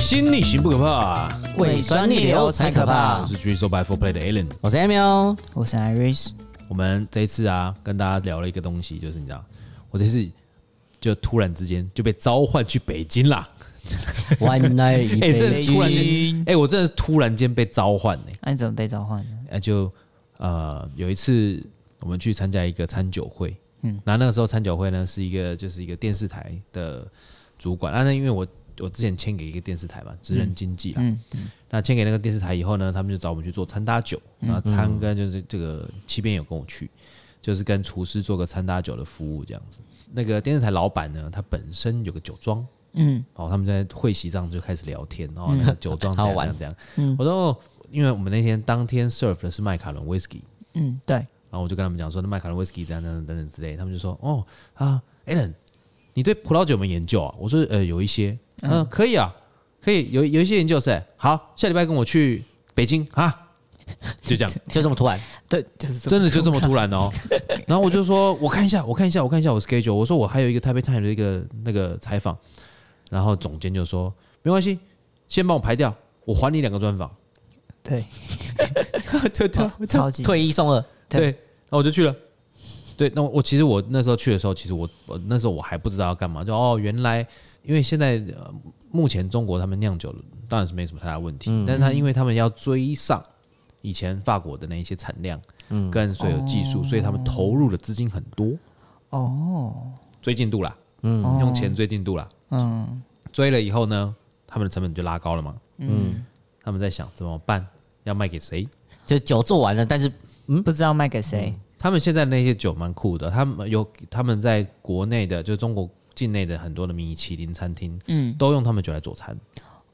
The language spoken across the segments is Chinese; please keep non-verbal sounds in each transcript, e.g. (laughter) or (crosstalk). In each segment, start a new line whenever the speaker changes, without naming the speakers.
心逆行不可怕，
胃酸逆流才可怕
我是 Drizzle by Four Play 的 Alan。
我是 Emil，
我是 Iris，
我们这一次啊，跟大家聊了一个东西，就是你知道，我这次就突然之间就被召唤去北京啦。
万籁一
(laughs) 哎、这
杯
是突然间，哎、我真的是突然间被召唤哎呢、
那、你怎么被召唤呢？
哎、就呃有一次我们去参加一个餐酒会，嗯，那那个时候餐酒会呢是一个就是一个电视台的主管，啊，那因为我我之前签给一个电视台嘛，职人经济啦，
嗯
那签给那个电视台以后呢，他们就找我们去做餐搭酒，然
嗯
后餐跟就是这个七边有跟我去，就是跟厨师做个餐搭酒的服务这样子。那个电视台老板呢，他本身有个酒庄，
嗯，
哦，他们在会席上就开始聊天，哦，那个酒庄这
嗯好
样这
玩嗯
样这样。我说，哦因为我们那天当天 serve 的是麦卡伦 whisky，
嗯，对，
然后我就跟他们讲说，那麦卡伦 whisky 怎样怎样等等之类，他们就说，哦啊，Alan，你对葡萄酒有没有研究啊？我说，呃，有一些，嗯、可以啊，可以，有有一些研究是、好，下礼拜跟我去北京啊，就这样，
就这么突然，
对，就是这么
真的就这么突然哦。
(laughs)
然后我就说，我看一下，我看一下，我看一下我 schedule，我说我还有一个台北 time 的一个那个采访，然后总监就说，没关系，先帮我排掉，我还你两个专访，
对，
(laughs) 就这样
哦超级
退一送二，
对，那我就去了。对，那我我其实我那时候去的时候，其实我我那时候我还不知道要干嘛，就哦，原来因为现在、呃目前中国他们酿酒当然是没什么太大问题，但是他因为他们要追上以前法国的那一些产量，嗯，跟所有技术，所以他们投入的资金很多，
哦，
追进度啦，嗯，哦用钱追进度啦，
嗯
追了以后呢，他们的成本就拉高了嘛，
嗯，
他们在想怎么办，要卖给谁？
就酒做完了，但是
不知道卖给谁，
他们现在那些酒蛮酷的，他们有他们在国内的，就是中国境内的很多的米其林餐厅，嗯，都用他们酒来做餐，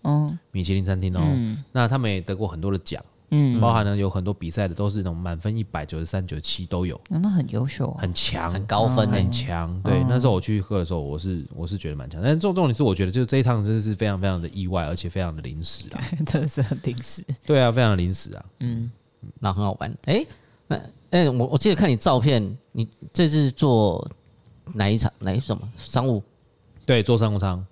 嗯
米其林餐厅哦，那他们也得过很多的奖，
嗯，
包含呢有很多比赛的都是那种满分一百九十三、九十七都有，
哦那很优秀啊，
很强，
很高分欸
很
呢。
强。对，那时候我去喝的时候，我是我是觉得蛮强，但是重重点是我觉得就是这一趟真的是非常非常的意外，而且非常的临时 (laughs) 啊，
(laughs) 真的是很临时，
对啊，非常的临时啊，
然后很好玩。哎，那哎，我我记得看你照片，你这是做哪一场哪一什么商务？
对，坐商务舱，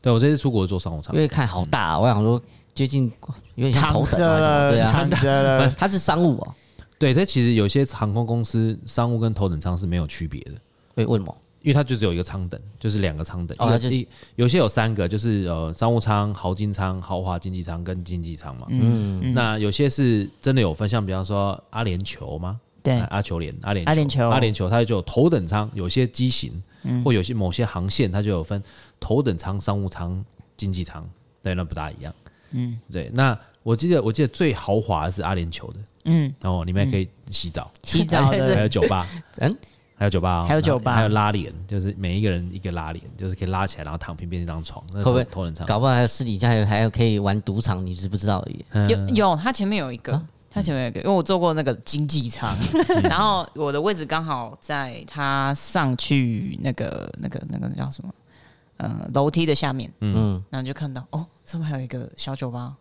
对我这次出国是坐商务舱
因，为看好大啊，我想说接近有点像头等啊，
(laughs)
对啊，
着了，
(laughs) 它是商务哦。
对，但其实有些航空公司商务跟头等舱是没有区别的。
对，为什么？
因为它就只有一个舱等，就是两个舱等，
哦
一个
那就
一有些有三个，就是呃商务舱、豪金舱、豪华经济舱跟经济舱嘛。嗯，那有些是真的有分，像比方说阿联酋吗？
对
啊，阿酋联、阿联
哎阿联酋
阿联酋，它就有头等舱，有些机型、或有些某些航线，它就有分头等舱、商务舱、经济舱，对，那不大一样。嗯，对。那我记得我记得最豪华的是阿联酋的，
(laughs)
哦
嗯，
然后里面可以洗澡，
洗 (laughs) 澡
还
的，
有酒吧，
嗯，
还有酒吧哦、
还有酒吧
还有拉帘，就是每一个人一个拉帘，就是可以拉起来，然后躺平变成一张床，那
会不会
是头等舱？
搞不好还有私底下还有还有可以玩赌场，你知不知道而已。
嗯
有有，它前面有一个。
啊
它前面有一个，因为我做过那个经济舱，
嗯
(laughs) 然后我的位置刚好在它上去那个那个那个叫什么，呃，楼梯的下面，
嗯，
然后就看到哦，上面还有一个小酒吧，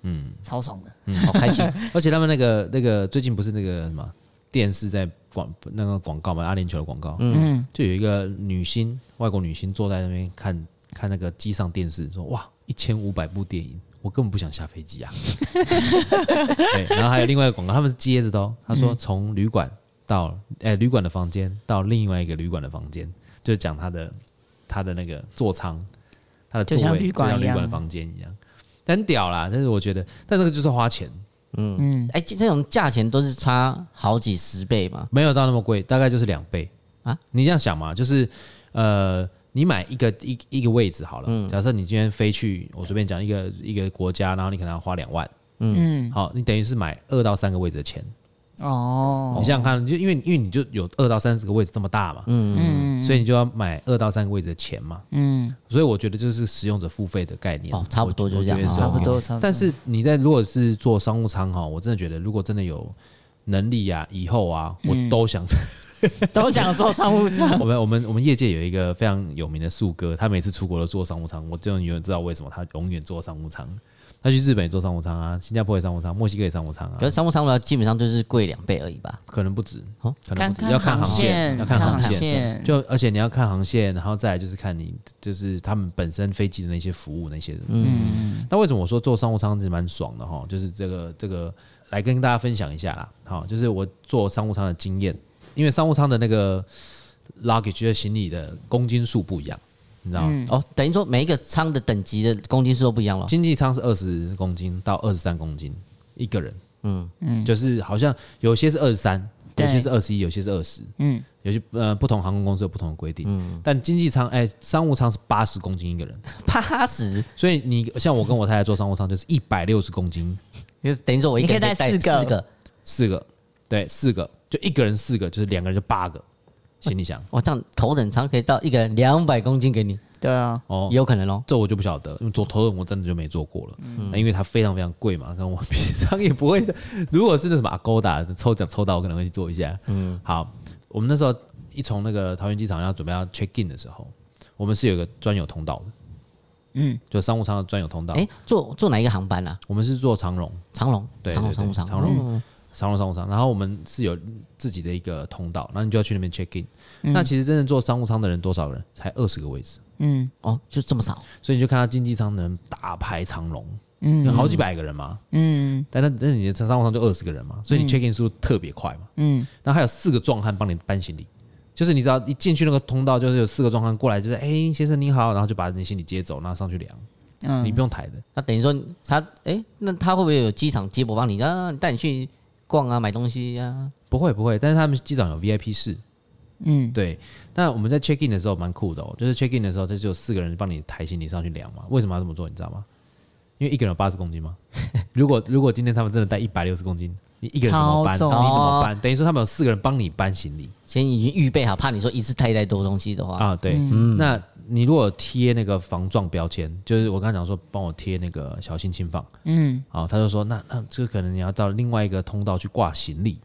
嗯，超爽的，
好开心。
(laughs) 而且他们那个那个最近不是那个什么电视在广那个广告嘛，阿联酋的广告，嗯，就有一个女星，外国女星坐在那边看看那个机上电视，说哇，一千五百部电影。我根本不想下飞机啊！ (laughs) 对，然后还有另外一个广告，他们是接着的哦。他
嗯
说从旅馆到哎、旅馆的房间到另外一个旅馆的房间，就讲他的他的那个座舱，他的座
就像
位
旅馆
就像
一
旅
样
馆的房间一样，很屌啦。但是我觉得，但那个就是要花钱，
哎、这这种价钱都是差好几十倍嘛。
没有到那么贵，大概就是两倍
啊
啊。你这样想嘛，就是呃，你买一个一一个位置好了，假设你今天飞去，我随便讲一个一个国家，然后你可能要花两万，
嗯，
好，你等于是买二到三个位置的钱。
哦，
你想想看，你就因为因为你就有二到三十个位置这么大嘛，
嗯
所以你就要买二到三个位置的钱嘛。
嗯，
所以我觉得就是使用者付费的概念，
哦差不多
我觉
就这样
我觉得是
差不
OK
多差不多，
但是你在如果是做商务舱哈，我真的觉得如果真的有能力啊，以后啊，我
嗯
都想。
都想做商务
(laughs)
舱，
我们我们我们业界有一个非常有名的树哥，他每次出国都坐商务舱，我就永远知道为什么他永远坐商务舱。他去日本也坐商务舱啊，新加坡也商务舱，墨西哥也商务舱啊
可，是商务舱的基本上就是贵两倍而已吧？
可能不止
哦，
可能
看
不止要看
航
线，要看
看
航
线，
线。就而且你要看航线，然后再来就是看你就是他们本身飞机的那些服务那些的。嗯，那为什么我说坐商务舱是蛮爽的哈？就是这个这个来跟大家分享一下啦。好，就是我坐商务舱的经验，因为商务舱的那个 luggage 就是行李的公斤数不一样，你知道吗？
哦，等于说每一个舱的等级的公斤数都不一样了。
经济舱是二十公斤到二十三公斤一个人，嗯嗯，就是好像有些是二十三，有
对
些是二十一，有些是二十，嗯，有些呃不同航空公司有不同的规定，但经济舱哎、商务舱是八十公斤一个人，
八十，
所以你像我跟我太太坐商务舱就是一百六十公斤
就是等于说我一个人
你可以带
带
四个
四个，
四个，对，四个就一个人四个，就是两个人就八个行李箱
哇，这样头等舱可以到一个人两百公斤给你，
对啊，
哦
也。有可能哦。
这我就不晓得，因为坐头等我真的就没坐过了，那因为它非常非常贵嘛，那我 (laughs) 平常也不会是。如果是那什么 Agoda 抽奖抽到，我可能会去做一下。嗯，好，我们那时候一从那个桃园机场要准备要 check in 的时候，我们是有一个专有通道的，嗯，就商务舱的专有通道。
哎，坐坐哪一个航班啊？
我们是坐长荣，
长龙，
对
长龙，
对
长龙，
对
长
长
龙
荣。商务商务舱，然后我们是有自己的一个通道，然后你就要去那边 check in。那其实真正坐商务舱的人多少人？才二十个位置，
嗯，
哦，就这么少，
所以你就看到经济舱的人大排长龙，嗯，有好几百个人嘛，嗯，但那但是你的商务舱就二十个人嘛，所以你 check in 速度特别快嘛，嗯，然后还有四个壮汉帮你搬行李，就是你只要一进去那个通道，就是有四个壮汉过来，就是哎、先生您好，然后就把你行李接走，然后上去量，嗯，你不用抬的，
那等于说他，哎，那他会不会有机场接驳帮你啊？带你去逛啊，买东西啊？
不会不会，但是他们机长有 VIP 室。嗯，对。那我们在 check in 的时候蛮酷的哦，就是 check in 的时候，这就有四个人帮你抬行李上去量嘛。为什么要这么做？你知道吗？因为一个人有八十公斤嘛。如果 (laughs) 如果今天他们真的带一百六十公斤，你一个人怎么搬？你
超
怎
重哦
么搬？等于说他们有四个人帮你搬行李
先已经预备好，怕你说一次太太多东西的话，
啊。对，
嗯
那你如果有贴那个防撞标签，就是我刚才讲说帮我贴那个小心轻放，嗯，啊，他就说那那这个可能你要到另外一个通道去挂行李，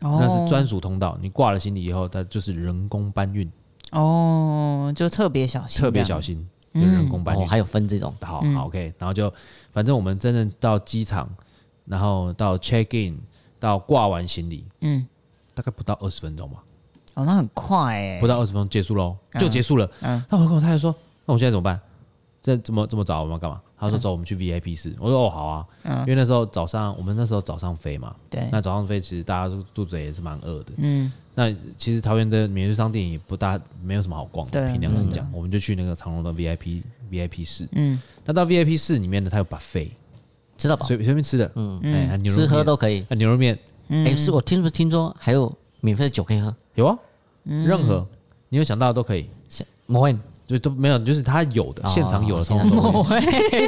嗯哦
那是专属通道，你挂了行李以后，它就是人工搬运，
哦，就特别小心，
特别小心，就
嗯
人工搬
哦，
运。
还有分这种，
好好 OK，然后就反正我们真正到机场，然后到 check in，到挂完行李，嗯，大概不到二十分钟吧，
哦，那很快哎、
不到二十分钟结束喽，就结束了。那我跟我太太说，那我现在怎么办？这怎么这么早？我们要干嘛？他说走，我们去 VIP 室。我说哦，好啊，因为那时候早上我们那时候早上飞嘛， (laughs)
对
那早上飞其实大家都肚子也是蛮饿的，嗯，那其实桃园的免税商店也不大，没有什么好逛的，
对嗯
凭良心讲，我们就去那个长隆的 VIP VIP 室，嗯，那到 VIP 室里面呢，它有 buffet，
知道吧？
随随便吃的，嗯，哎，牛肉
吃喝
面
都可以。
啊牛肉面
哎，是我听说听说还有免费的酒可以喝，
有啊，
嗯
任何你有想到的都可以，
是某人
就都没有，就是他有的
哦
现场有的，
现
通
场
通都
我
会。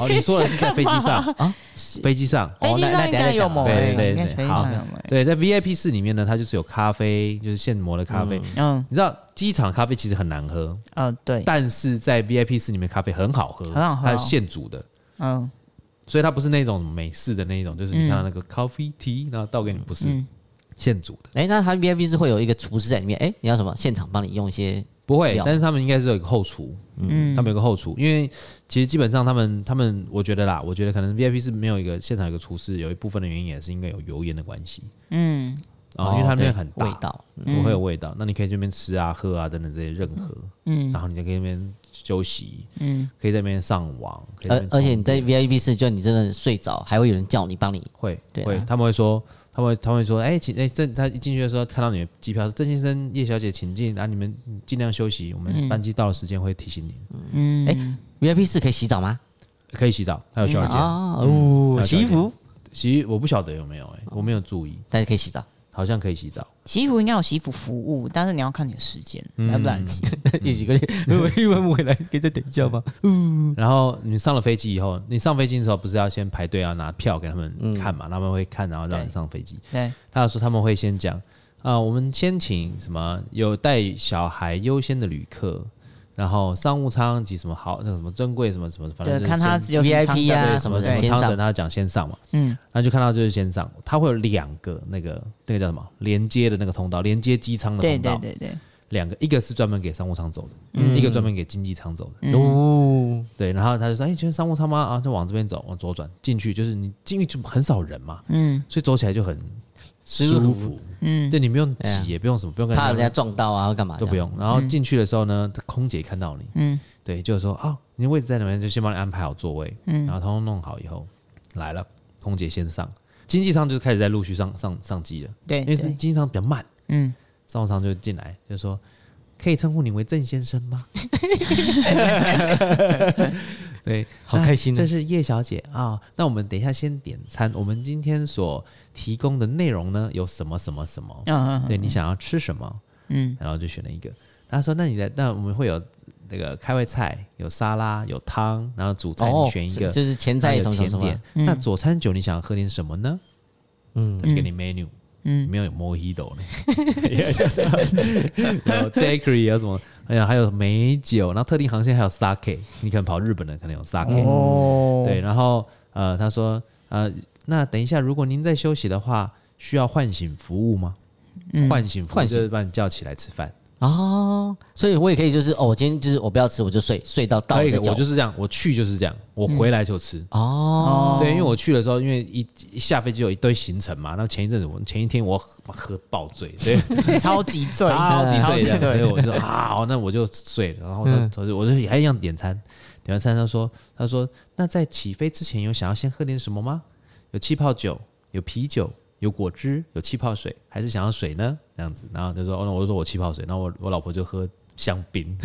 哦，你说的是在
(laughs)
飞机上，
啊，
飞机上，
飞机
哦那那
上应该有某
等一下
对
位，
对
应该
对
是飞
对，
机
好
上有某位，
对，在 VIP 室里面呢，它就是有咖啡，就是现磨的咖啡。
嗯，
你知道机场咖啡其实很难喝，
哦，对，
但是在 VIP 室里面咖啡很好喝，
很好喝哦
它是现煮的，
嗯，
所以它不是那种美式的那一种，就是你看到那个 coffee tea，然后倒给你，不是现煮的，
哎，那他 VIP 是会有一个厨师在里面，哎，你要什么？现场帮你用一些
不会
了。
但是他们应该是有一个后厨，嗯，他们有个后厨，因为其实基本上他们他们，我觉得啦，我觉得可能 VIP 室没有一个现场有一个厨师，有一部分的原因也是因为有油烟的关系，嗯，啊，因为它那
哦对
边很大，
味道，
不会有味道。那你可以这边吃啊、喝啊等等这些任何，嗯，然后你就可以在那边休息，嗯，可以在那边上网，可以在那
而
边
呃而且
充
你在 VIP 室，就你真的睡着，还会有人叫你帮你。
会
对啊嗯
会他们会说，他们会他们会说，哎、请哎、郑他一进去的时候看到你的机票，郑先生、叶小姐请进，啊，你们尽量休息，我们班机到了时间会提醒你，
哎，VIP 室可以洗澡吗？
可以洗澡，还有小姐、
啊，哦，
嗯还有
洗衣
小
服，
洗衣我不晓得有没有、哎，
哦
我没有注意，
大家可以
(laughs)
洗澡，
好像可以洗澡，
洗衣服应该有洗衣服服务，但是你要看你的时间，来不来
嗯
得及？
一起 (laughs) 过去。我一晚回来可以再等一下吗？嗯
然后你上了飞机以后，你上飞机的时候不是要先排队要拿票给他
嗯
们看嘛，他们会看，然后让你
对
上飞机。
对，
他说他们会先讲啊、我们先请什么有带小孩优先的旅客，然后商务舱及什么好那个什么珍贵什么什么， (laughs) 反正
对，
就是
看他
先
有什么舱等
VIP 啊
对
对
什
什
么
么
什么
先
舱
上
等，他讲先上嘛，
嗯，
那就看到就是先上，他会有两个那个那个叫什么连接的那个通道，连接机舱的
对嗯
通道，
对对对，
两个，一个是专门给商务舱走的，一个专门给经济舱走的。
嗯
哦，
对，然后他就说：“哎、你觉得商务舱吗？啊，就往这边走，往左转进去，就是你进去就很少人嘛，嗯，所以走起来就很舒
舒
服，嗯，对你不用
哎呀
挤，也不用什么，不用跟
怕人
人
家
家
撞到啊，或干嘛
都不用。然后进去的时候呢，空姐看到你，
嗯
嗯，对，就是说啊，你的位置在哪边，就先帮你安排好座位，嗯，然后通通弄好以后来了，空姐先上，经济舱就开始在陆续上上上机了，
对
因为是
对，
经济舱比较慢，
嗯，
商务舱就进来就说。”可以称呼你为郑先生
(laughs)
吗？对，
好开心哦
这是叶小姐啊、那我们等一下先点餐。我们今天所提供的内容呢，有什么什么什么？
嗯嗯
对你想要吃什么？
嗯，
然后就选了一个。他说：“那你的那我们会有那个开胃菜，有沙拉，有汤，然后主菜你选一个，
哦是就是前菜
然
什
后
么
有
什么
甜
什
点
么，。
那佐餐酒你想要喝点什么呢？嗯，他就给你 menu，嗯，没有 mojito 呢， (laughs) 有 daiquiri 有什么？哎呀，还有美酒，然后特定航线还有 sake，你可能跑日本的可能有 sake，、
哦，
对，，然后呃，他说呃，那等一下，如果您在休息的话，需要唤醒服务吗？嗯唤醒服务
唤
就
醒
是把你叫起来吃饭，
哦，所以我也可以就是哦，我今天就是我不要吃，我就睡睡到到
可以
再，
我
叫
就是这样，我去就是这样，我回来就吃。
哦，
对，因为我去的时候，因为一一下飞机有一堆行程嘛，那前一阵子我前一天我喝喝爆醉，对，
(laughs) 超级醉，
超级
超
醉嗯
级
的，所以
醉，
我就说啊，好那我就睡了。然后他他就我就还一样点餐，点完餐他说他说那在起飞之前有想要先喝点什么吗？有气泡酒，有啤酒，有果汁，有气泡水，还是想要水呢？这样子，然后就说哦，那我就说我气泡水，然后我我老婆就喝香槟，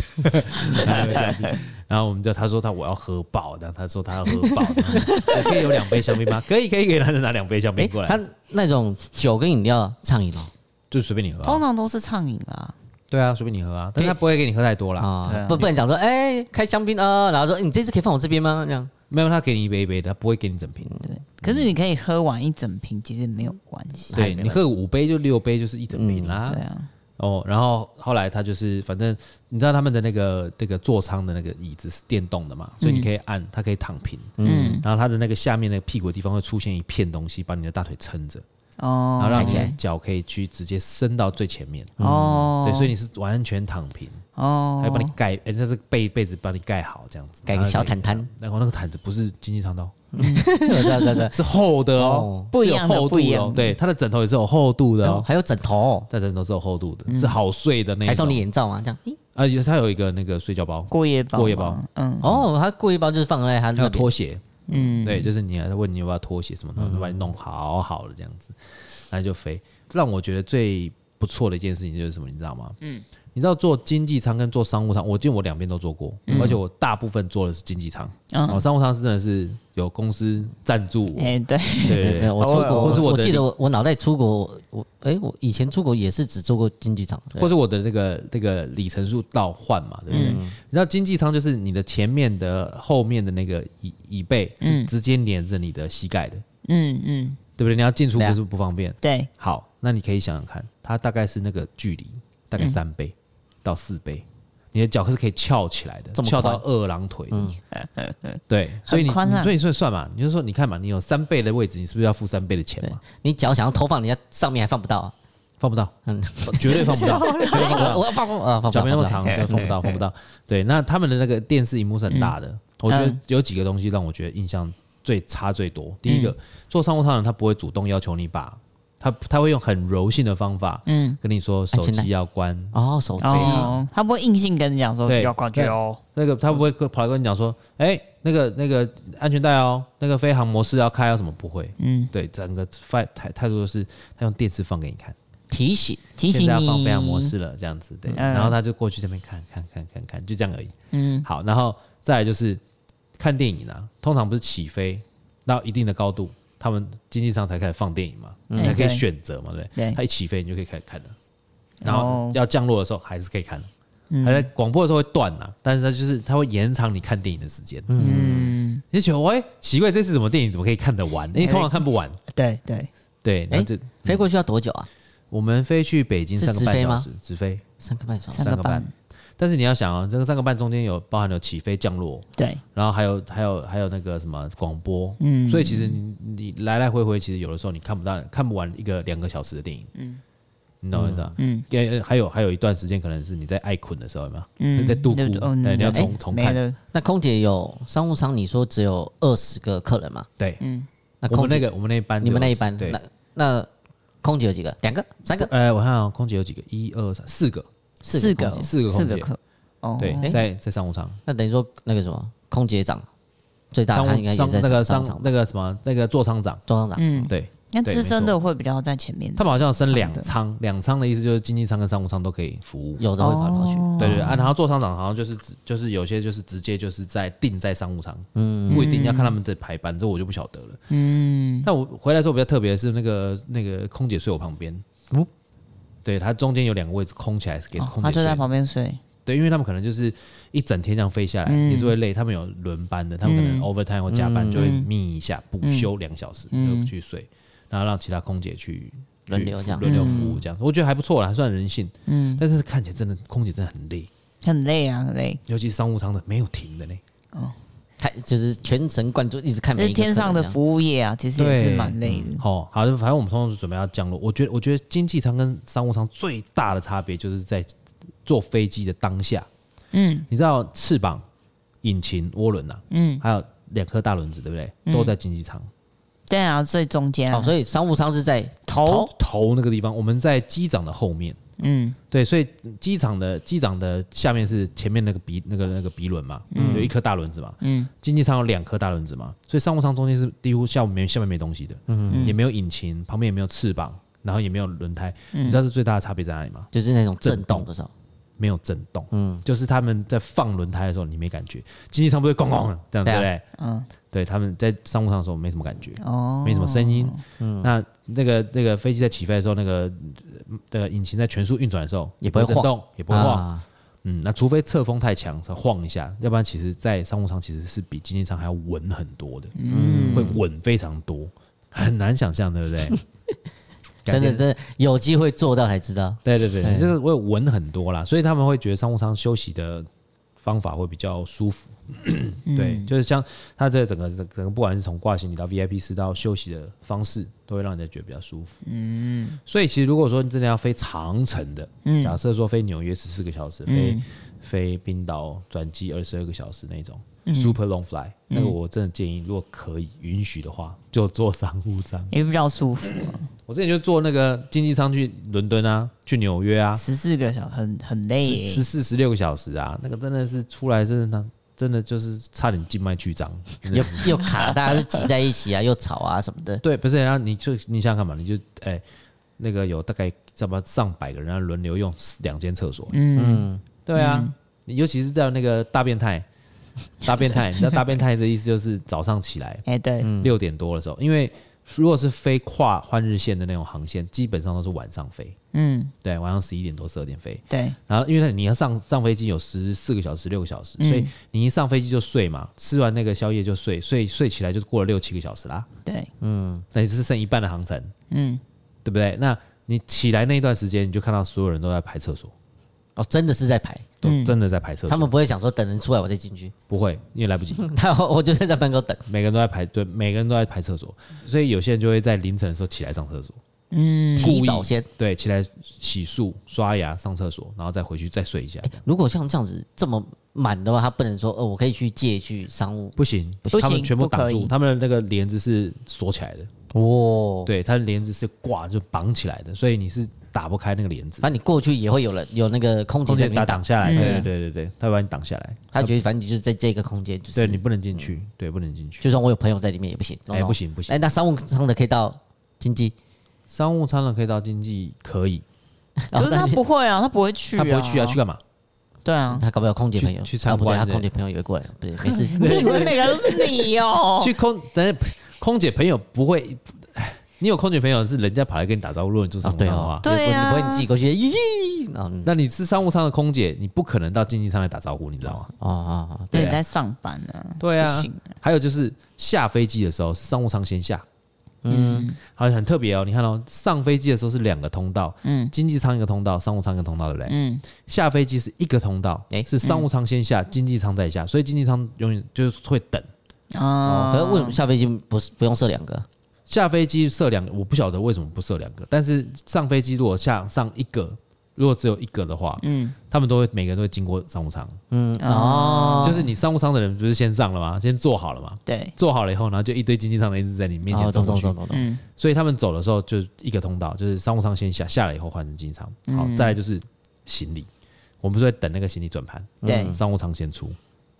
然后我们就 (laughs) 他说他我要喝爆，然后他说他要喝爆， (laughs) 然后可以有两杯香槟吗？可以可以可以，他就拿两杯香
哎
槟过，来，
他那种酒跟饮料畅饮哦，
就随便你喝啊、
通常都是畅饮啦，
对啊，随便你喝啊，但他不会给你喝太多啦。
对啊
啊，不不能讲说哎开香槟啊，然后说哎你这次可以放我这边吗？这样
没有，他给你一杯一杯的，他不会给你整瓶。
可是你可以喝完一整瓶，其实哎没有关系，
对你喝五杯就六杯，就是一整瓶啦。
对啊，
哦，然后后来他就是，反正你知道他们的那个那个座舱的那个椅子是电动的
嗯
嘛，所以你可以按，它可以躺平。嗯，然后它的那个下面那个屁股的地方会出现一片东西，把你的大腿撑着，然
哦，
后让你
起
的
来，
脚可以去直接伸到最前面。嗯
哦，
对，所以你是完全躺平，
哦，
还帮你盖，哎，就是被被子帮你盖好这样子，
盖个小毯毯，
然后那个毯子不是经济舱的哦，
(laughs) 对对对对，
啊 (laughs) 是厚的哦
哦，
不一样
是
的
有厚度
不一
的
样
哦
的。
对，它的枕头也是有厚度的
然后
哦，
还有枕头，
但枕头是有厚度的，是好睡的那一
嗯还
种。
送你眼罩啊，这样，咦
啊，有它有一个那个睡觉包，
过夜包，
过夜包，
嗯，
哦，他故意包就是放在他
还有
那边
拖鞋。嗯，对，就是你还问你要不要拖鞋什么的，就把你弄好好的这样子，然后就飞。让我觉得最不错的一件事情就是什么，你知道吗？嗯，你知道坐经济舱跟坐商务舱，我记得我两边都坐过，而且我大部分坐的是经济舱，
嗯
哦，商务舱是真的是有公司赞助我，
哎，对，
对对
没
对，
有，我出
偶尔
国，
或是我
我
的
记得我我脑袋出国，我哎，我以前出国也是只做过经济舱，对
或是我的这个这个里程数倒换嘛，对不
嗯
对？你知道经济舱就是你的前面的后面的那个椅椅背
嗯
是直接连着你的膝盖的，
嗯嗯，
对不对？你要进出
对啊
不是不方便。
对，
好，那你可以想想看，它大概是那个距离大
嗯
概三倍到四倍，你的脚是可以翘起来的，
这么
翘
宽嗯
到二郎腿。对，所以你
很宽啊
你所以算算嘛，你就说你看嘛，你有三倍的位置，你是不是要付三倍的钱
对
嘛？
你脚想要投放人家上面还放不到啊，
放不到，
嗯，
绝对放不
(laughs)
到，绝对放不到。
我我要放不啊，放不
脚
到，
没那么长，
放不到
对，碰不到，碰不到。对，那他们的那个电视荧幕是很
嗯
大的，我觉得有几个东西让我觉得印象最差最多。第
嗯
一个，做商务舱的人他不会主动要求你把，他他会用很柔性的方法，嗯，跟你说手
安全
机
带
要关，
哦，手机
哦，他不会硬性跟你讲说
对
要挂去哦，
那个他不会跑来跟你讲说，哎、那个那个安全带哦，那个飞行模式要开哦，什么不会，嗯，对，整个态态态度都是他用电视放给你看。
提醒，
提醒
现在要
你
放飞行模式了，这样子对。然后他就过去这边看看看看看，就这样而已。嗯，好，然后再来就是看电影啊，通常不是起飞到一定的高度，他们经济舱才开始放电影嘛，你才可以
对
选择嘛，对不
对
对？他一起飞你就可以开始看了，然后
哦
要降落的时候还是可以看了。还在广播的时候会断呐、但是它就是它会延长你看电影的时间。嗯，你就觉得喂、奇怪，这次怎么电影怎么可以看得完？因为通常看不完。
对对，
对，然后这、
飞过去要多久啊？
我们飞去北京
是
三个
直
半
飞
小
吗
时，直飞。
三个半小时
三，个
个
半
半。但是你要想啊，这个三个半中间有包含有起飞、降落，
对，
然后还有还有还有那个什么广播，嗯，所以其实你你来来回回，其实有的时候你看不到看不完一个两个小时的电影，嗯，你懂我意思啊？
嗯
也还有还有一段时间，可能是你在爱困的时候，有没有？
嗯
在度
对
孤
哦
哎你要
哎
重重
没
看
了，
那空姐有商务舱，你说只有二十个客人嘛？
对，
嗯
那
我
空
们
姐
那个我们那一班，
你们那一班，
对
那，那空姐有几个？两个、三个、
呃，我看啊，空姐有几个？一二三，四个，
四
个
个
空姐？
四个空
四个
姐
客哦，
对
哎，
在在商务舱，
那等于说那个什么，空姐长最大，
商
她应该
务
也
商
在
那个
商
商
场，
那个什么那个座舱长，
中商长。
嗯，
对
那
对
资
没
深
错
的会比较在前面的，
他们好像有升两
舱的
舱，两舱的意思就是经济舱跟商务舱都可以服务。
有的会跑来跑去，
对对对啊，然后座舱长好像就是直就是有些就是直接就是在定在商务舱，
嗯，
不一定要看他们的排班，这我就不晓得了。嗯，那我回来之后比较特别的是那个那个空姐睡我旁边，嗯，对，她中间有两个位置空起来是给
哦
空
他
姐
就在
睡。
旁边睡，
对，因为他们可能就是一整天这样飞下来、也是
嗯
会累，他们有轮班的，他们可能 overtime 或加班就会眯一下，
嗯
补休两小时就去睡，然后让其他空姐去
轮
去
流这样嗯
轮流服务这样，我觉得还不错啦，还算人性。嗯，但是看起来真的空姐真的很累，
很累啊，很累。
尤其商务舱的没有停的呢。
看就是全神贯注，一直看每
这
一
是
个
哎天上的
客人这样
服务业啊，其实也是蛮累的。
好、好的，反正我们通常是准备要降落。我觉得，我觉得经济舱跟商务舱最大的差别就是在坐飞机的当下，嗯，你知道翅膀、引擎、涡轮呐、嗯，还有两颗大轮子，对不对？都在经济舱、
对啊，最中间啊
哦，所以商务舱是在
头
头
头那个地方，我们在机长的后面，嗯，对，所以机长的机长的下面是前面那个鼻那个那个鼻轮嘛，有一颗大轮子嘛，嗯，经济舱有两颗大轮子嘛，所以商务舱中间是几乎下面没下面没东西的，嗯，也没有引擎，旁边也没有翅膀，然后也没有轮胎，你知道是最大的差别在哪里吗？
就是那种震动的时候，啊
没有震动，嗯，就是他们在放轮胎的时候你没感觉，经济舱不是咣咣这样对
对啊
不对？
嗯，
对，他们在商务舱的时候没什么感觉，
哦，
没什么声音。那那个那个飞机在起飞的时候，那个那个引擎在全速运转的时候，
也不会
震动，也不会晃。
啊
嗯，那除非侧风太强，才晃一下，要不然其实，在商务舱其实是比经济舱还要稳很多的，嗯，会稳非常多，很难想象，对不对？
(laughs) 真的
改天，
真的有机会做到才知
(laughs)
道。
对对对，哎就是会稳很多啦，所以他们会觉得商务舱休息的方法会比较舒服。对，就是像它这整个整个，不管是从挂行李到 VIP 室到休息的方式，都会让人家觉得比较舒服。嗯，所以其实如果说你真的要飞长程的，假设说飞纽约十四个小时，飞、飞冰岛转机二十二个小时那种、super long fly，那个我真的建议，如果可以允许的话，就坐商务舱。
也比较舒服、
我之前就坐那个经济舱去伦敦啊，去纽约啊
啊。，十四个小时很很累耶、
十四十六个小时啊，那个真的是出来真的那真的就是差点静脉曲张， (laughs) 真的
又又卡，大家是挤在一起啊，又 (laughs) 吵啊什么的。
对，不是，然后你就你想想看嘛，你就哎、那个有大概怎么上百个人要轮流用两间厕所，
嗯，
对啊，你尤其是在那个大变态，大变态，你知道大变态的意思就是早上起来
哎、对，
六点多的时候，因为如果是飞跨换日线的那种航线，基本上都是晚上飞，
嗯，
对，晚上十一点多十二点飞，
对，
然后因为你要上上飞机有十四个小时、六个小时，所
嗯
以你一上飞机就睡嘛，吃完那个宵夜就睡，睡睡起来就过了六七个小时啦，
对，
那也是剩一半的航程，
嗯，
对不对？那你起来那一段时间，你就看到所有人都在排厕所，
哦，真的是在排，
都
嗯
真的在排厕所。
他们不会想说等人出来我再进去， (laughs)
不会，因为来不
(laughs)
及，
他我就在那门口等。
每个人都在排队，每个人都在排厕所，所以有些人就会在凌晨的时候起来上厕所，嗯
嗯
故意
提早先。
对，起来洗漱、刷牙、上厕所，然后再回去再睡一
哎
下。
如果像这样子这么满的话，他不能说哦，我可以去借去商务
不行，
不行
他们全部
不
挡
可
住，
以
他们的那个帘子是锁起来的，
哦。
对，它的帘子是挂就绑起来的，所以你是打不开那个帘子。
反正你过去也会有人有那个空姐
中
在
间打
那边
挡
挡，
下来，对对对对对，他会把你挡下来，
他觉得反正你就是在这个空间，就
对你
是
不能进去，对，不能进去，
就算我有朋友在里面也不行。
哎，不，行不行
哎，，那商务舱的可以到经济，
商务舱的可以到经济可以，
可是
然
他
后
不会啊，他不会去、
他
啊，
不会去啊，去干嘛？
对
(laughs)
啊，
他搞不好有空姐朋友
去去参
啊不对
观
他
的
空姐朋友也会过来，对，没事。
你以为每个都是你哦、
(laughs) 去空，等下空姐朋友不会，哎你有空姐朋友是人家跑来跟你打招呼，如果你住商
啊
务舱
对
的
哦
话，，
对啊
你不会你自己过去，咦，然后嗯
那你是商务舱的空姐，你不可能到经济舱来打招呼，你知道吗？
哦哦，哦
对啊
对，你在上班呢、啊，
对啊
不行啊，
还有就是下飞机的时候，商务舱先下。嗯，好，很特别哦。你看哦，上飞机的时候是两个通道，嗯，经济舱一个通道，商务舱一个通道，对不对？
嗯，
下飞机是一个通道，
诶
是商务舱先下，经济舱再下，所以经济舱永远就是会等。
哦
啊、
可是为什么下飞机不是不用设两个？
下飞机设两个，我不晓得为什么不设两个，但是上飞机如果下上一个，如果只有一个的话，嗯，他们都会每个人都会经过商务舱，
嗯哦，
就是你商务舱的人不是先上了吗？先坐好了吗？
对，
坐好了以后，然后就一堆经济舱的人一直在你面前
哦
走
懂
过
懂
去
懂，懂懂，
嗯
所以他们走的时候就一个通道，就是商务舱先下，下来以后换成经济舱。
嗯
好，再来就是行李，我们是在等那个行李转盘，
对
嗯商务舱先出。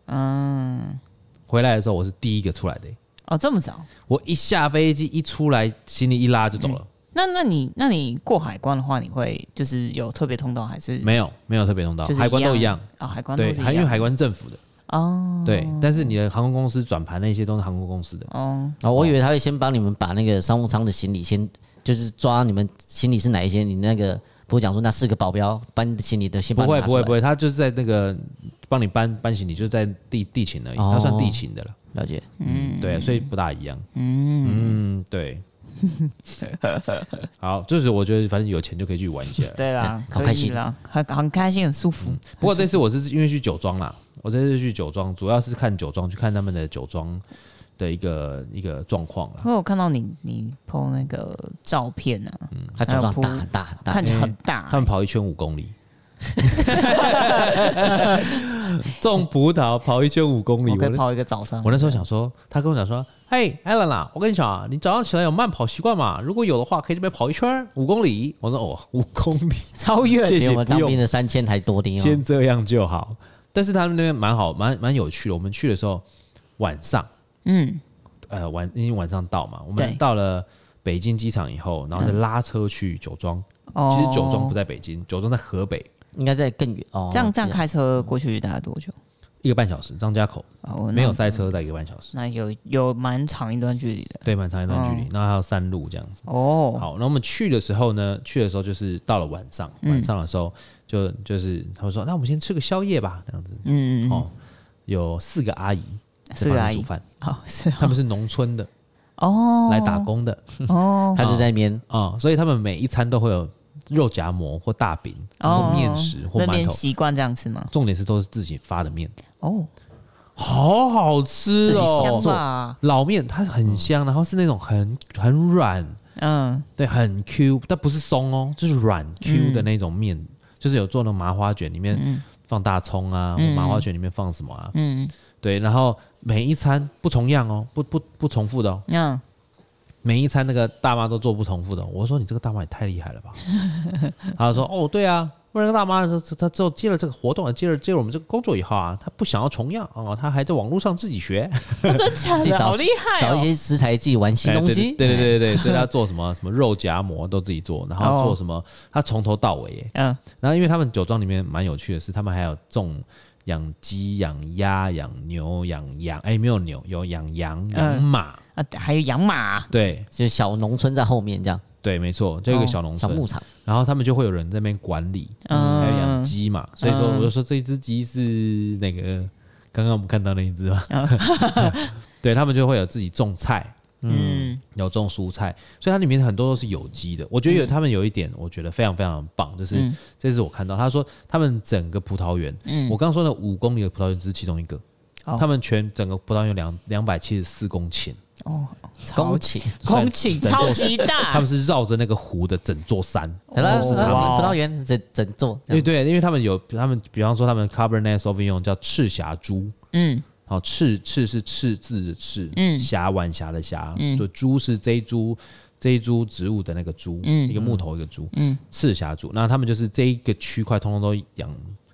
嗯，
回来的时候我是第一个出来的、
哦，这么早？
我一下飞机一出来，行李一拉就走了，
那那你那你过海关的话，你会就是有特别通道还是
没有没有特别通道，
就是
海关都一
一
样，
哦，海关都
对，
是一
还因为
样
海关政府的，
哦
对，但是你的航空公司转盘那些都是航空公司的，
哦，
哦，我以为他会先帮你们把那个商务舱的行李先，就是抓你们行李是哪一些，你那个不会讲说那四个保镖把你的行李都先
不
帮你
会
拿
不
出
会
来
不会，他就是在那个帮你搬搬行李，就是在地地勤而已，
哦
他算地勤的了，
了解，
嗯，对，所以不大一样，嗯对， (laughs) 好，就是我觉得反正有钱就可以去玩一
(laughs)
下。
对啦，
好
可
开
以
心
啦，很很开心，很舒服。
不过这次我是因为去酒庄啦，我这次去酒庄主要是看酒庄，去看他们的酒庄的一个一个状况啦。
我有看到你你 PO 那个照片啊，
他酒
还
庄
有铺
大很大很大，
看起来很大
嗯哎他
欸，
们跑一圈五公里，种葡萄跑一圈五公里。
欸我可以
我那
跑一个早上
我。那时候想说，他跟我讲说：“嘿，艾伦啦，我跟你讲啊，你早上起来有慢跑习惯嘛？如果有的话，可以这边跑一圈儿五公里。”我说：“哦，五公里，
超远
谢
比
谢，
我们
不
当
用
兵的三千还多丁哦
先。这样就好。但是他们那边蛮好，蛮蛮有趣的。我们去的时候晚上，嗯，呃，晚因为晚上到嘛，我
对嗯
们到了北京机场以后，然后再拉车去酒庄。
哦
其实酒庄不在北京，酒庄在河北，
应该在更远哦。
这样这样
是
开车过去大概多久？
一个半小时，张家口
哦，
啊没有塞车，在一个半小时，
那，那有有蛮长一段距离的
对，蛮长一段距离。然后还有山路这样子。
哦。
好，那我们去的时候呢，去的时候就是到了晚上，
嗯
晚上的时候就就是他们说，那我们先吃个宵夜吧，这样子。
嗯，嗯嗯
哦，有四个阿姨，
四个阿姨
煮饭，
好是啊
他们是农村的，
哦
来打工的 (laughs)
哦，
他就在那边
啊、所以他们每一餐都会有肉夹馍或大饼、
哦
或面食或
那
馒
边
头，
习惯这样吃吗？
重点是都是自己发的面，
哦，
好好
自
吃
己啊
哦
香！吧，
老面它很香，然后是那种很很软，
嗯
对，很 Q，但不是松哦，就是软 Q 的那种面，就是有做那种麻花卷，里面放大葱啊，或麻花卷里面放什么啊？
嗯
对，然后每一餐不重样哦，不不不重复的哦，
嗯，
每一餐那个大妈都做不重复的。我说你这个大妈也太厉害
(laughs)
了吧？她说哦，对啊，不然那个大妈她她之后接了这个活动，接了接了我们这个工作以后啊，她不想要重样哦，她还在网络上自己学，
(laughs) 真假
自己
的，
找
好厉害
找一
哦！
些食材自己玩新
哎
东
对
西。
对对对对，所以她做什
(laughs)
么什么肉夹馍都自己做，然
哦
后做什么她从头到尾耶。
嗯，
然后因为他们酒庄里面蛮有趣的是，他们还有种。养鸡、养鸭、养牛、养羊，哎、没有牛，有养羊、养
嗯
马，
啊，还有养马，啊
对
就是小农村在后面这样，
对，没错，就一个
哦
小农
小
村，
牧场。
然后他们就会有人在那边管理，
嗯
还有养鸡嘛，所以说我就说这一只鸡是那个刚刚我们看到那一只嘛，
哦
(laughs) 对他们就会有自己种菜，
嗯
有种蔬菜，所以它里面很多都是有机的。我觉得有他们有一点，我觉得非常非常棒，就是、
嗯
这是我看到他说他们整个葡萄园，我刚刚说的五公里的葡萄园只是其中一个，
哦
他们全整个葡萄园有两两百七十四公顷，
哦，超
公顷，
公顷
整
超
座
级大，
他们是绕着那个湖的整座山。
好了，
哦
是他们
哇
葡萄园整整座这
对
样，
对，因为他们有他们，比方说他们 Cabernet Sauvignon 叫赤霞珠，
嗯
然后赤赤是赤字的赤，
嗯
霞晚霞的霞，
嗯
就珠是这一株这一株植物的那个株，一个木头一个株，
嗯，
赤霞珠。那他们就是这一个区块通通都养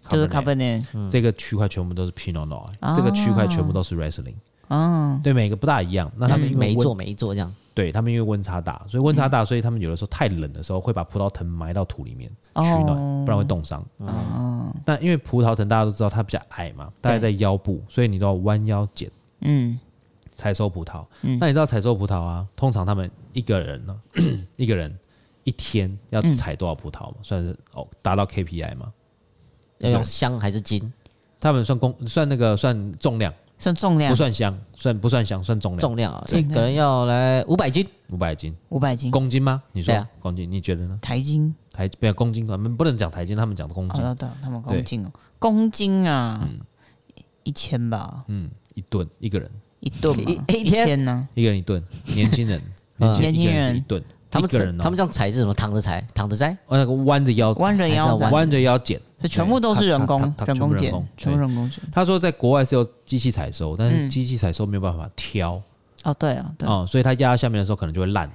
Cabernet，嗯
就是 cabinet，
这个区块全部都是 Pinot
啊
Noir，这个区块全部都是 Riesling，
嗯
对，每个不大一样。那他们因
哦嗯每
为
一座
温，
每一座这样，
对他们因为温差大，所以温差大，所以他们有的时候太冷的时候会把葡萄藤埋到土里面取暖，不然会冻伤。嗯
哦，
那因为葡萄藤大家都知道它比较矮嘛，大概在腰部，所以你都要弯腰捡
嗯
采收葡萄。那你知道采收葡萄啊？通常他们一个人呢、 (clears throat) 一个人一天要采多少葡萄嘛？算是哦，达到 KPI 嘛？
要用香还是金？
他们算公算那个算重量，
算重量
不算箱，算不算箱？算重量，
重量啊，
啊重
一
量
个人要来五百斤，
五百斤，
五百斤，
公斤吗？你说、
对啊
公斤？你觉得呢？
台斤
台不要公斤，我们不能讲台斤，他们讲公斤，
哦，对，他们
嗯对嗯
公斤哦，公斤啊，一千吧，
嗯，一吨一个人，
一顿吧，
一一天
呢？
一个人一吨，年轻人年轻
年轻
人
人
一顿，
他们
一个人哦，
他们这样裁是什么？躺着裁，躺着摘，
哦那个弯着腰，
弯着腰
还是要
斩，
弯着腰剪，
这全部都是人
对
工
它它它
人工
全
剪
部人工，
全部人工剪。
他说在国外是有机器采收，但是
嗯
机器采收没有办法挑
哦，对啊，对，
哦，所以它压到下面的时候可能就会烂，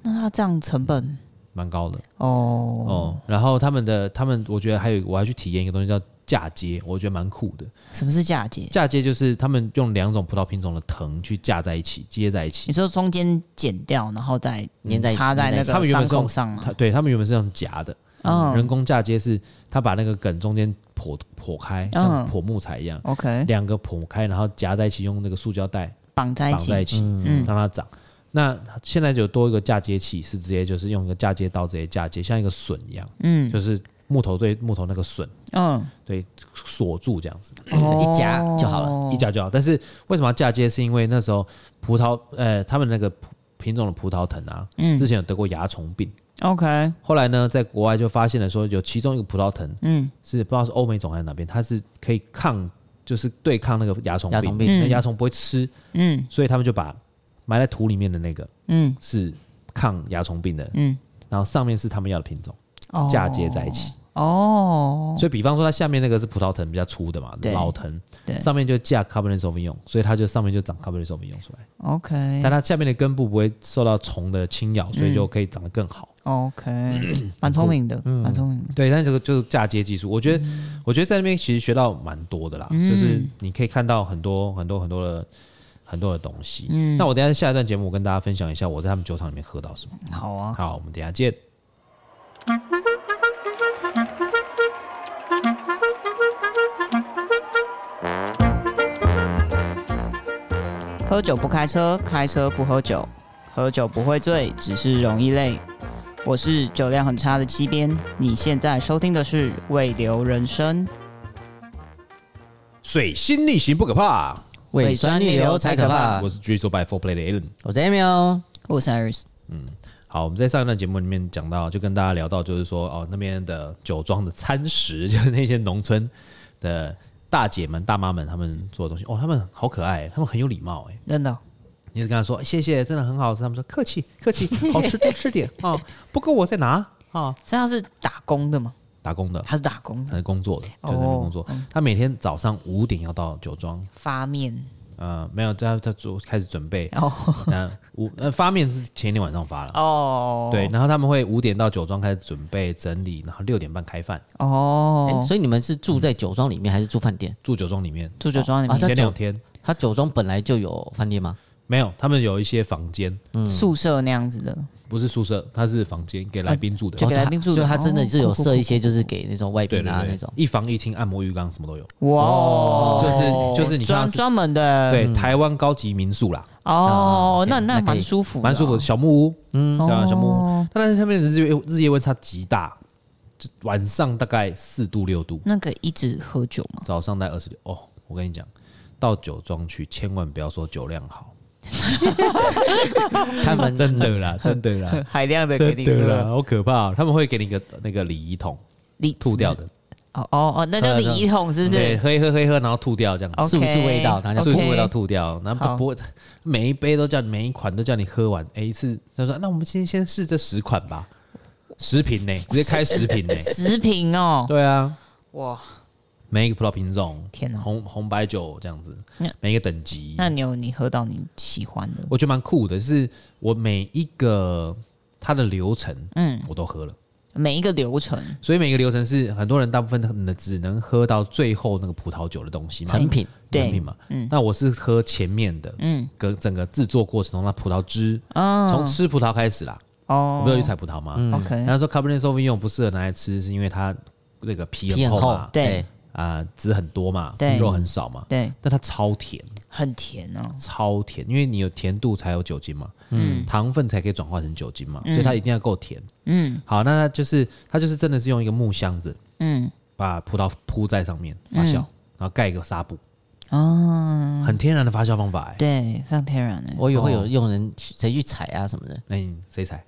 那它这样成本
蛮高的
哦，
哦。然后他们的他们，我觉得还有我还去体验一个东西叫嫁接，我觉得蛮酷的。
什么是嫁接？
嫁接就是他们用两种葡萄品种的藤去架在一起，接在一起
你。说中间剪掉，然后再
粘在
插在那
粘在
他
个
们原
伤
本是用
口上嘛
它？对他们原本是用夹的，人
嗯
工嫁接是他把那个梗中间剖剖开，像
嗯
剖木材一样，
，OK，
两个剖开，然后夹在一起，用那个塑胶带
绑在一
绑
起
在一起，
嗯
让它长。那现在就多一个嫁接器，是直接就是用一个嫁接刀直接嫁接，像一个榫一样，
嗯
就是木头对木头那个榫
嗯，
对锁住这样子，
就一夹就好了。
了
一夹就好。但是为什么要嫁接？是因为那时候葡萄呃，他们那个葡品种的葡萄藤啊，
嗯
之前有得过蚜虫病，
，OK，
后来呢，在国外就发现了说，有其中一个葡萄藤
嗯
是不知道是欧美种还是哪边，它是可以抗，就是对抗那个蚜虫
蚜虫
病，
病
那
嗯
蚜虫不会吃，
嗯
所以他们就把埋在土里面的那个
嗯
是抗蚜虫病的，
嗯，
然后上面是他们要的品种，
哦
嫁接在一起。
哦，
所以比方说它下面那个是葡萄藤比较粗的嘛，
对
老藤
对，
上面就架 Cabernet Sauvignon，所以它就上面就长 Cabernet Sauvignon 出来，但
OK
它下面的根部不会受到虫的侵咬，所以就可以长得更好。
OK，蛮聪明的，
嗯
蛮聪明的。
对，但这个就是嫁接技术，我觉得，
嗯
我觉得在那边其实学到蛮多的啦，就是你可以看到很多很多很多的很多的东西。
嗯
那我等一下下一段节目，我跟大家分享一下我在他们酒厂里面喝到什么。
好啊，
好，我们等一下见。
喝酒不开车，开车不喝酒，喝酒不会醉，只是容易累。我是酒量很差的七边，你现在收听的是《未留人生》，
水星逆行不可怕，
胃酸逆流哎才可怕
我。是 Drizzle by Four Play 的 Alan。
我哎在 Emil，
我是 Iris，
好，我们在上一段节目里面讲到，就跟大家聊到，就是说哦，那边的酒庄的餐食， (laughs) 就是那些农村的大姐们、大妈们他们做的东西，哦，他们好可爱，他们很有礼貌，哎。
真的
你是跟他说谢谢，真的很好吃。他们说客气客
(laughs)
气，好吃多吃点啊、不够我再拿啊、
所以他哦是打工的嘛？
打工的，
他是打工的，
他是工作的，就在
哦
那边工作。
嗯
他每天早上五点要到酒庄，
发面
呃，没有，他他做开始准备。
哦
那五呃发面是前一天晚上发了，
哦，
对。然后他们会五点到酒庄开始准备整理，然后六点半开饭，
哎
哦，
所以你们是住在酒庄里面还是住饭店？
住酒庄里面。
住酒庄里
啊
面
在
前两
酒
天
他酒庄本来就有饭店吗？
没有，他们有一些房间，
宿舍那样子的，
不是宿舍，它是房间给来宾住的
就。给
哦
来
他
宾住的
所以他真的是
哦
有
酷酷
设一
酷
些，就是给那种外
对
宾
对
啊那
对
种，。
一房一厅、按摩浴缸什么都有。
哇
哦
哦，
就是就是你看到
专
是
专门的，
对，啊台湾高级民宿啦，
哦，那那
那可以
蛮舒服的哦，
蛮舒服的小木屋，嗯，对啊，
哦
小木屋。但是那边的日夜日夜温差极大，就晚上大概四度六度，
那个一直喝酒嘛，
早上大概二十六。哦，我跟你讲，到酒庄去千万不要说酒量
(laughs)
好，
他们
真的啦，真的 (laughs)
(laughs)
啦，
海量的给
真
你
的啦，
喝，
好可怕哦！他们会给你一个那个礼仪桶，
你
吐掉的，
哦哦哦，那叫礼仪桶是不
对，
是？
喝一喝喝一喝，然后吐掉这样子。
OK
是不是味道大家
OK
是不是味道吐掉，然后
好
不不会，每一杯都叫你每一款都叫你喝完，哎，一次他说那我们今天先试这十款吧，十瓶
(laughs)
呢，直接开十瓶呢，
十瓶哦，
对啊，
哇，
每一个葡萄品种，
天哪
红红白酒这样子
那，
每一个等级，
那你有你喝到你喜欢的，
我觉得蛮酷的。是我每一个它的流程，
嗯，
我都喝了，
每一个流程
所以每一个流程是很多人大部分可能只能喝到最后那个葡萄酒的东西嘛，
成品
对
成品嘛。那我是喝前面的，嗯，跟整个制作过程中那葡萄汁，从吃葡萄开始啦。我
嗯哦
不是有去嗯采葡萄吗？
，OK，
然后说 Cabernet Sauvignon 不适合拿来吃，是因为它那个皮
皮
很
很
厚
厚
嘛，，
对
啊，籽很多嘛，
对
肉很少嘛，
对，
但它超甜，
很甜哦，
超甜，因为你有甜度才有酒精嘛，嗯，糖分才可以转化成酒精嘛，所以它一定要够甜，嗯，好，那它就是它就是真的是用一个木箱子，
嗯，
把葡萄铺在上面发酵，然后盖一个纱布，
哦，
很天然的发酵方法、欸，
对，非常天然欸的，
我以为会有用人去谁去采啊什么的，
那你谁采？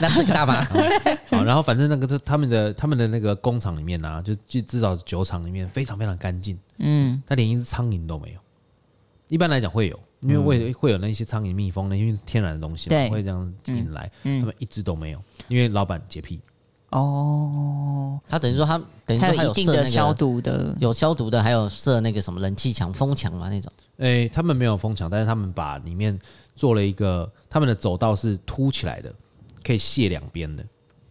那是个大妈。
嗯
好，然后反正那个是他们的他们的那个工厂里面啊，就至至少酒厂里面非常非常干净，
嗯，
它连一只苍蝇都没有，一般来讲会有，因为会会有那些苍蝇、蜜蜂那些天然的东西嘛
嗯对
会这样引来，
嗯
他们一只都没有，因为老板洁癖，
哦，
他等于说他等于
还
说他
有一
有
定
设
的
那
消
个
毒的，
有消毒的，还有设那个什么冷气墙、风墙嘛那种。
诶、他们没有封墙，但是他们把里面做了一个，他们的走道是凸起来的，可以卸两边的，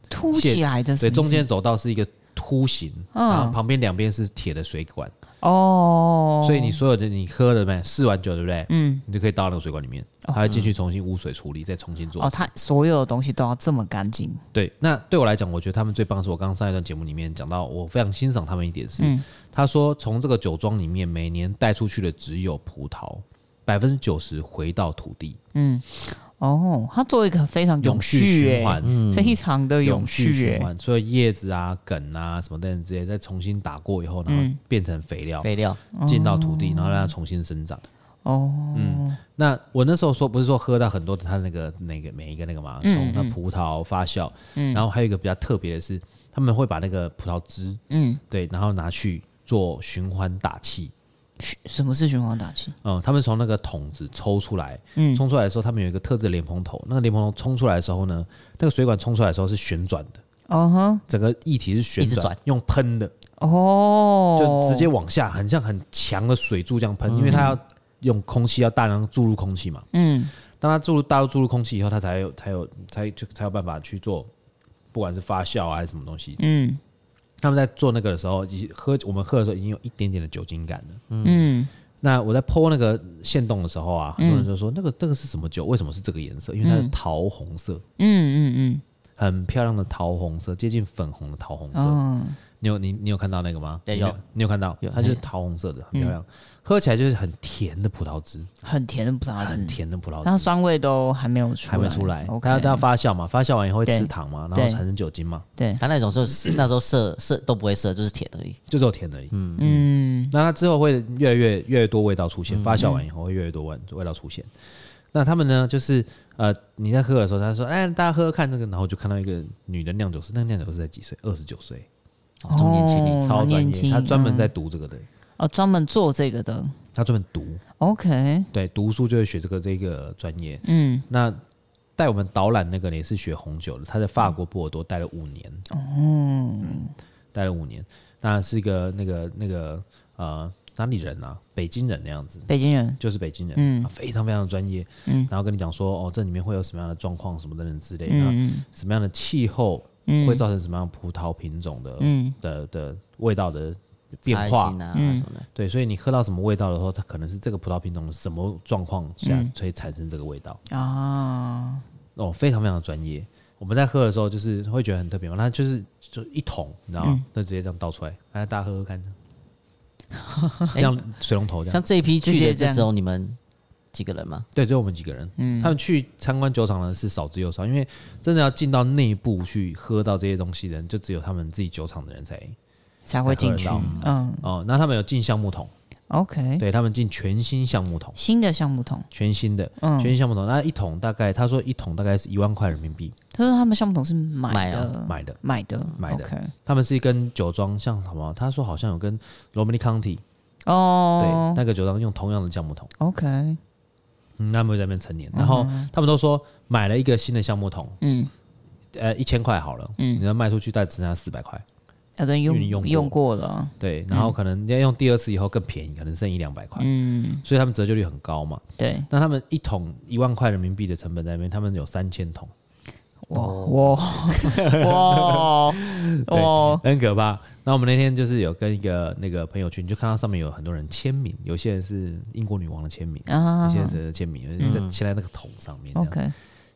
凸起来的，
所以中间走道是一个凸形，
嗯
然后旁边两边是铁的水管，
哦，
所以你所有的你喝了没，试完酒对不对？
嗯，
你就可以倒到那个水管里面，它会进去重新污水处理，再重新做
哦，。它所有的东西都要这么干净，
对，那对我来讲，我觉得他们最棒的是我刚刚上一段节目里面讲到，我非常欣赏他们一点
嗯
是，他说从这个酒庄里面每年带出去的只有葡萄，百分之九十回到土地，
哦，它做一个非常
永
续
循
哎，
环。嗯
非常的
永
续
循
哎，
环，所以叶子啊、梗啊什么等等之类，再重新打过以后，然
嗯
后变成肥料，
肥料，
进到土地，然后让它重新生长。嗯
哦，
那我那时候说不是说喝到很多的它那个那个每一个那个嘛，从那葡萄发酵，然后还有一个比较特别的是，他们会把那个葡萄汁，
嗯，
对，然后拿去做循环打气。
循什么是循环打气？
嗯，他们从那个桶子抽出来，
嗯
冲出来的时候，他们有一个特制的莲蓬头，那个莲蓬头冲出来的时候呢，那个水管冲出来的时候是旋转的，
哦哼，
整个液体是旋
一直转
转，用喷的，
哦，
就直接往下，很像很强的水柱这样喷，因为它要用空气要大量注入空气嘛。
嗯，
当它注入大量注入空气以后，它才有才有才就才有办法去做，不管是发酵啊还是什么东西。
嗯
他们在做那个的时候，已经喝我们喝的时候已经有一点点的酒精感了。
嗯
那我在剖那个线洞的时候啊，很多人就说、那个那个是什么酒？为什么是这个颜色？因为它是桃红色，
嗯嗯
很漂亮的桃红色，接近粉红的桃红色。
嗯，嗯，
你有你你有看到那个吗？
对
你没
有
你有看到
有，
它就是桃红色的，
嗯
很漂亮，喝起来就是很甜的葡萄汁，
很甜的葡萄
很
汁，
甜的葡萄
然后
汁，
酸味都还没有出来，
还没出来，
OK，
它它要发酵嘛，发酵完以后会
对
吃糖嘛，然后
对
产生酒精嘛，
对，
他那种时候 (coughs) 是那时候射射都不会射，就是铁而已。
就只有甜而已。嗯，
嗯
那它之后会越来越越来越多味道出现，发酵完以后会越来越多味味道出现。那他们呢，就是呃，你在喝的时候，他说：“哎，大家喝喝看这个。”然后就看到一个女的酿酒师，那个酿酒师才几岁？二十九岁，
哦中年轻
哦
超
人，
专
年
业，
轻
他专门
嗯
在读这个的，
哦，专门做这个的
他专门读，
，OK，
对，读书就是学这个这个专业。
嗯，
那带我们导览那个人也是学红酒的，他在法国波尔多待了五年，哦、待了五年。那是一个那个那个呃哪里人啊？北京人那样子，
北京人，
就是北京人，嗯、非常非常专业。嗯，然后跟你讲说，哦，这里面会有什么样的状况，什么等等之类，那什么样的气候会造成什么样葡萄品种的、的的味道的变化，
差异性啊什么的。
对，所以你喝到什么味道的时候，它可能是这个葡萄品种什么状况下所以产生这个味道啊、哦，非常非常的专业。我们在喝的时候，就是会觉得很特别嘛，那就是就一桶，你知道吗？那、直接这样倒出来，来大家喝喝看，这样水龙头这样。
像这一批
直接
去的
这样
就只有你们几个人吗？
对，就我们几个人，他们去参观酒厂的是少之又少，因为真的要进到内部去喝到这些东西的人，就只有他们自己酒厂的人才
才会进去
才喝得，
嗯
哦。那他们有进橡木桶，
，OK，
对他们进全新橡木桶。
新的橡木桶，
全新的，
嗯
全新橡木桶，那一桶大概他说一桶大概是一万块人民币
他说他们橡木桶是买的，
买的，
买的，
买的
o k
他们是跟酒庄像什么？他说好像有跟罗 o m a n y County 对
哦
那个酒庄用同样的橡木桶，
，OK，啊
嗯，他们在那边成年，然后他们都说买了一个新的橡木桶，
嗯，
呃，一千块好了，嗯，你要卖出去再只剩下四百块，
有的人用
因为你用过
用过了，
对，然后可能要用第二次以后更便宜，可能剩一两百块，
嗯，
所以他们折旧率很高嘛。
对，
那他们一桶一万块人民币的成本在那边，他们有三千桶，
哇哇
(laughs)
哇
哦对
哇，
很可怕。那我们那天就是有跟一个那个朋友去，你就看到上面有很多人签名，有些人是英国女王的签名，
啊
有些人是签名，有些人在签在那个桶上面这样，
，OK，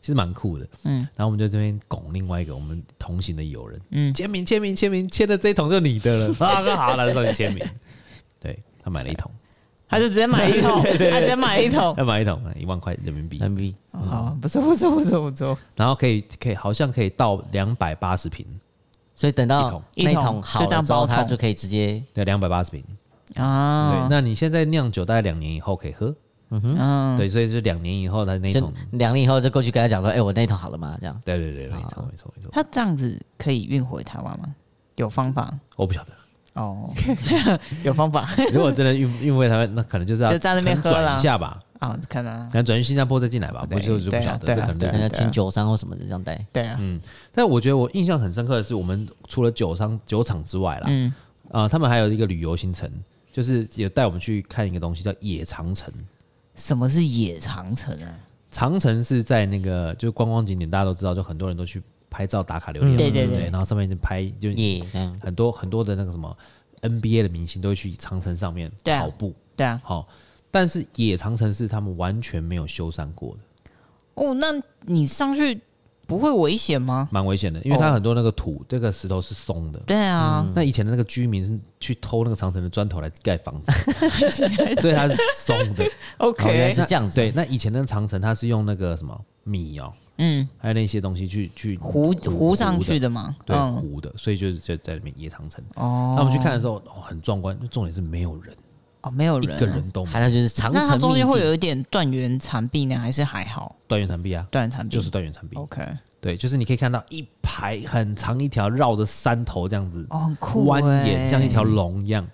其实蛮酷的。
嗯
然后我们就这边拱另外一个我们同行的友人，
嗯
签名签名签名，签的这一桶 (laughs) 就你的了，啊，好了，让你签名。对他买了一桶，
他就直接买
(laughs)
一桶，他直接买一桶，
他买一桶一万块人民币，
嗯
人民币
嗯
好，不错不错不错不错，
然后可以可以好像可以到两百八十瓶，
所以等
一
到
桶
那
一
一
桶
桶好
就这
了
样
之后，
包桶
他就可以直接
对，两百八十瓶。对，
啊，
那你现在酿酒大概两年以后可以喝，
嗯，
对，所以就两年以后他那一
就
桶。
两年以后就过去跟他讲说：“哎，我那一桶好了吗？”这样
对对对，没错没错没错，
他这样子可以运回台湾吗？有方法
我不晓得。 (laughs)
哦，有方法，
如果真的运运回台湾，那可能就是要 (laughs)
就在那边
可能
喝啦
转一下吧。
啊，可能啊
可能转去新加坡再进来吧，
对
我就就不
对啊
晓得，
对
这
啊
可能就
对
是
人家
啊
清酒商或什么的这样带，
对啊，
但我觉得我印象很深刻的是，我们除了酒商酒厂之外啦，
嗯
啊，他们还有一个旅游行程，就是也带我们去看一个东西叫野长城。
什么是野长城啊？
长城是在那个就是观光景点，大家都知道，就很多人都去拍照打卡留念嘛，
嗯对
对不
对对
然后上面就拍就
耶，这样
很多很多的那个什么 NBA 的明星都会去长城上面
对啊
跑步，
对啊，
好、但是野长城是他们完全没有修缮过的，
哦，那你上去不会危险吗？
蛮危险的，因为它很多那个土、
哦
这个石头是松的。
对啊，
那以前的那个居民是去偷那个长城的砖头来盖房
(laughs)
子，所以它是松的。
哦原来
OK，
是这样子，
对，，那以前的长城它是用那个什么米哦，
嗯，
还有那些东西去去
糊糊上去
的，
的嘛，
对，
嗯，
糊的，所以就是在在里面野长城。
哦，
那我们去看的时候，哦很壮观，重点是没有人，
哦，没有
一
人啊，
个人都没有
还。有就是长
那它
城
中
秘
间会
境，
有一点断垣残壁呢，还是还好？
断垣残壁啊，
断垣残壁
就是断垣残壁。
OK，
对，就是你可以看到一排很长一条绕着山头这样子
哦，很酷、欸，
蜿蜒，像一条龙一样，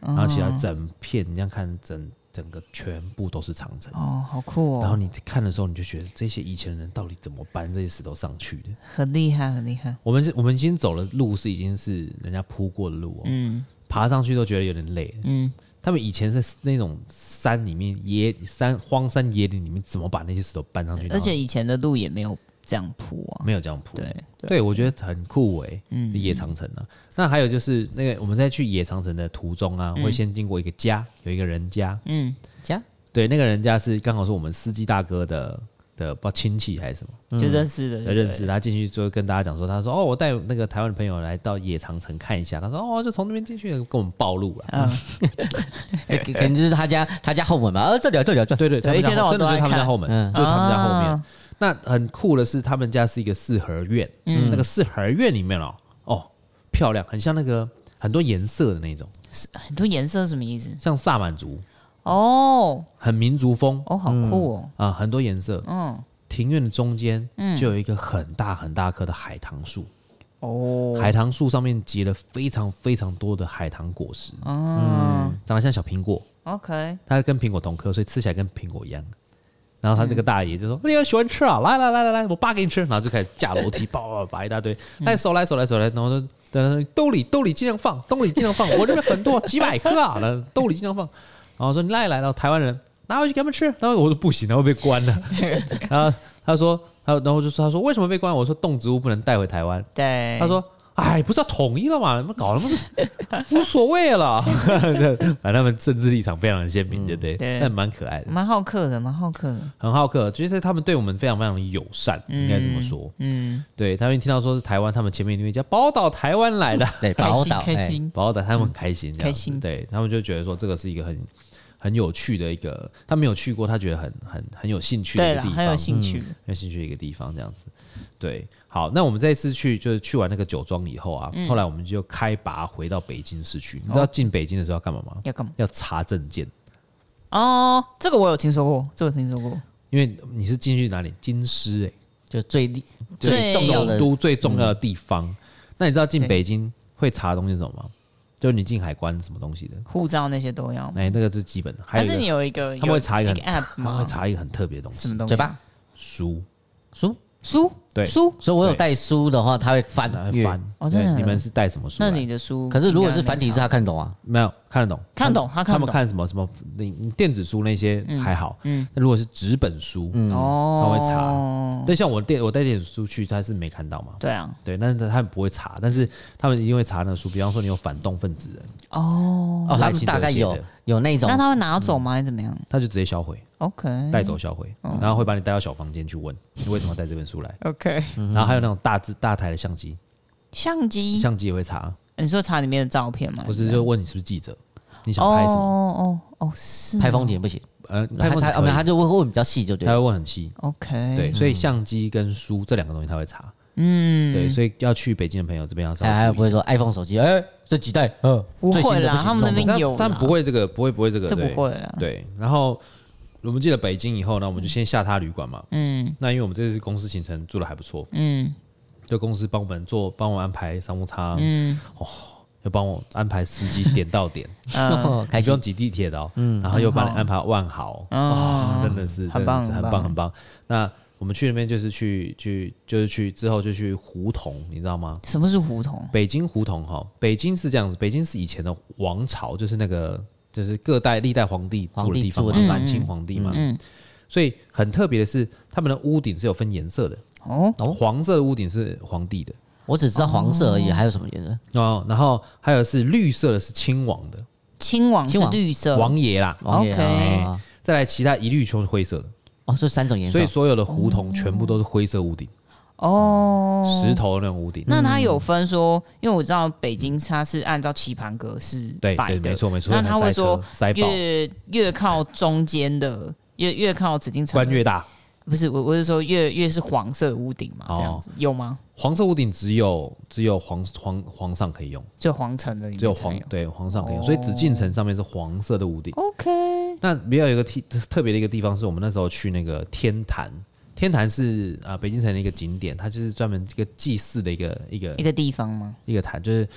哎
然后其他整片你这样看整整个全部都是长城。
哦，好酷
然后
哦，
你看的时候，你就觉得这些以前人到底怎么搬这些石头上去的？
很厉害，很厉害。
我们是我们已经走的路是已经是人家铺过的路哦，
嗯
爬上去都觉得有点累。
嗯，
他们以前在那种山里面野山荒山野岭里面，怎么把那些石头搬上去？
而
然后
且以前的路也没有这样铺啊。嗯
没有这样铺，
对
对，我觉得很酷欸诶、野长城啊。那还有就是那个我们在去野长城的途中啊，会先经过一个家，有一个人家，
嗯，家
对，那个人家是刚好是我们司机大哥的的不知道亲戚还是什么，
就认识的，
有认识。他进去之后跟大家讲说，他说哦，我带那个台湾的朋友来到野长城看一下，他说哦，就从那边进去，跟我们暴露了。
嗯，
哎可可能就是他家他家后门吧，呃，这里啊这里啊这里啊，
对对，
对一
他
天到晚
们家后真的就
都在
是他们家
看
后门，
嗯
就是他们家后面。
啊
那很酷的是，他们家是一个四合院，那个四合院里面哦，哦，漂亮，很像那个很多颜色的那种，
很多颜色是什么意思？
像萨满族，
哦
很民族风
哦，好酷哦，
啊、很多颜色。
嗯
庭院的中间就有一个很大很大棵的海棠树，
哦，
海棠树上面结了非常非常多的海棠果实，
嗯
长得像小苹果，
，OK，
它跟苹果同科，所以吃起来跟苹果一样。然后他那个大爷就说：“你要喜欢吃啊，来来来来来，我爸给你吃。”然后就开始架楼梯，叭叭叭叭一大堆，来手来手来手来，然后就等兜里兜里尽量放，兜里尽量放，我这边很多几百颗啊，那兜里尽量放。然后说你来来，然后台湾人拿回去给他们吃。然后我说不行，然后被关了。然后他说，他然后就说他说为什么被关？我说动植物不能带回台湾。
对，
他说：“哎，不是要统一了嘛？你们搞那么无所谓了。” (laughs) 反正他们政治立场非常的鲜明，对不对？
嗯对
但蛮可爱的，
蛮好客的，蛮好客的，
很好客。就是他们对我们非常非常友善，应该这么说。
嗯，
对他们一听到说是台湾，他们前面那边叫宝岛台湾来
(laughs)
的，
对，
开
宝
心
岛，
开
哎，
心，
宝岛台湾很开心这样子，
嗯开心
对他们就觉得说这个是一个很。很有趣的一个，他没有去过，他觉得很很很有兴趣的
对
一个
了，
地方，嗯
很有兴趣，
有兴趣的一个地方，这样子。对，好，那我们这一次去就是去完那个酒庄以后啊，
嗯
后来我们就开拔回到北京市区。你
哦
知道进北京的时候要干嘛吗？
要干嘛？
要查证件，
哦，这个我有听说过，这个我听说过，
因为你是进去哪里？京师哎、
就最厉
就是
最
重要
首
的
都最重要的地方。
嗯
那你知道进北京会查的东西是什么吗？就是你进海关什么东西的，
护照那些都要吗，
哎、那个是基本的。还
哦还
有
是
一
你
个，
有一个
他们会查一个
有
很
个 app
他们会
吗？
查一个很特别的东
什
西
么，东西？
嘴巴
书。
书，
书
对啊
书，
所以我有带书的话，他会翻
然后
阅
翻，
哦真
对
的，
你们是带什么书来
那
的？
你的书应该
可
没查，
是如果是繁体字，他看得懂啊。
没有看得懂，
看懂他看
们
懂
看什么什么你你电子书那些还好，嗯，那如果是纸本书，嗯，
哦，
他会查对，像我电我带电子书去，他是没看到嘛，
对啊，
对，但是他们不会查，但是他们一定会查那个书，比方说你有反动分子的，
哦，
哦，他
赖
们
清
大
德
概
写
有
的
有那种
那，他会拿走吗？还是怎么样
他就直接销毁，
？OK，
嗯带走销毁，
哦
然后会把你带到小房间去问你为什么要带这本书来，
OK，
嗯
然后还有那种大字大台的相机，
相机，
相机也会查，
你说查里面的照片吗？
不是就问你是不是记者，你想
哦
拍什么，
哦哦，是
拍风景不行，
呃，
他
拍风景
他哦
可
没
以
有他就会问比较细就对
他
了。
会问很细，
OK，
对，，所以相机跟书这两个东西他会查。嗯，对，所以要去北京的朋友这边要稍微
还有
哎
注意
哎不会说 iPhone 手机，哎，这几代，嗯，
不
最新
会
的
啦
不行
他们那
弄
边
懂
但
有啦
但不会这个，不会不会这个，
这
对
不会了，
对。然后我们进了北京以后呢，我们就先下榻旅馆嘛。嗯，那因为我们这次公司行程住的还不错，
嗯
就公司帮我们做，帮我们安排商务舱。嗯，哦，就帮我安排司机点到点， (laughs)
哦开
你不
心
用挤地铁的哦，
嗯
然后又帮你安排万豪，哦，真的是，
很
真
棒
的是很
很
棒
棒
很棒。那我们去那边就是去去就是去之后就去胡同，你知道吗？
什么是胡同？
北京胡同哈，北京是这样子，北京是以前的王朝，就是那个就是各代历代皇帝住
皇
的
帝
地方
住
嘛
的，
地方
满清皇帝嘛。
嗯
所以很特别的是，他们的屋顶是有分颜色的，
哦，
哦
黄色的屋顶是皇帝的
我只知道黄色而已，还有什么颜色？
哦，然后还有是绿色的是亲王的
亲王是
亲王
绿色，
王爷啦，
王爷
OK
啊，
再来其他一律全是灰色的，
哦，这三种颜色
所以，所有的胡同全部都是灰色屋顶，
哦，
石头那种屋顶。
那它有分说，因为我知道北京它是按照棋盘格式
对
摆
对，
的，
没错没错。
那他会说
塞车塞爆，
越越靠中间的，越越靠紫禁城的，
官越大，
不是我，我是说越越是黄色屋顶嘛，
哦
这样子有吗？
黄色屋顶只有只有皇皇皇上可以用，
就皇城的里面
只有
才能
皇
有
对皇上可以用，所以紫禁城上面是黄色的屋顶。
OK，
那比较有一个特特别的一个地方，是我们那时候去那个天坛，天坛是啊、呃北京城的一个景点，它就是专门一个祭祀的一个一个
一个地方吗？
一个坛，就是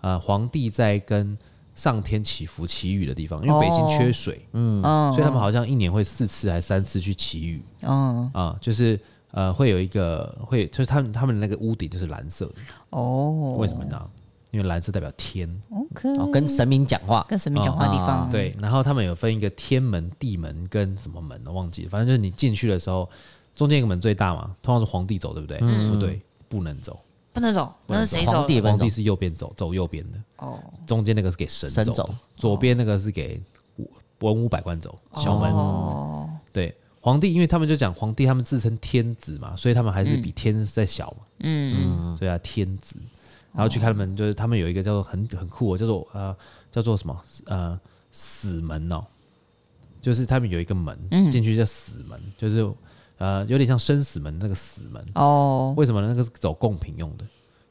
呃皇帝在跟上天祈福祈雨的地方，因为北京
哦
缺水，
嗯，哦
所以他们好像一年会四次还三次去祈雨
嗯
啊、就是呃会有一个会就是他们他们那个屋顶就是蓝色的，
哦，
为什么呢？因为蓝色代表天，
？OK，
哦，跟神明讲话，
跟神明讲话的地方，
嗯啊对。然后他们有分一个天门、地门跟什么门，我忘记了。反正就是你进去的时候，中间一个门最大嘛，通常是皇帝走，对不对？
嗯
不对，不能走，
不能走，那是谁走
皇？帝也不能
皇
走
帝，是右边走，走右边的。
哦，
中间那个是给神
神
走的，
走
左边那个是给武文武百官走，小门。
哦，
对，皇帝，因为他们就讲皇帝，他们自称天子嘛，所以他们还是比天再小嘛，
嗯，哦
对啊，天子。然后去看门，就是他们有一个叫做很很酷、哦，叫做呃叫做什么呃死门哦，就是他们有一个门进去叫死门，就是呃有点像生死门那个死门。
哦，
为什么呢那个是走贡品用的，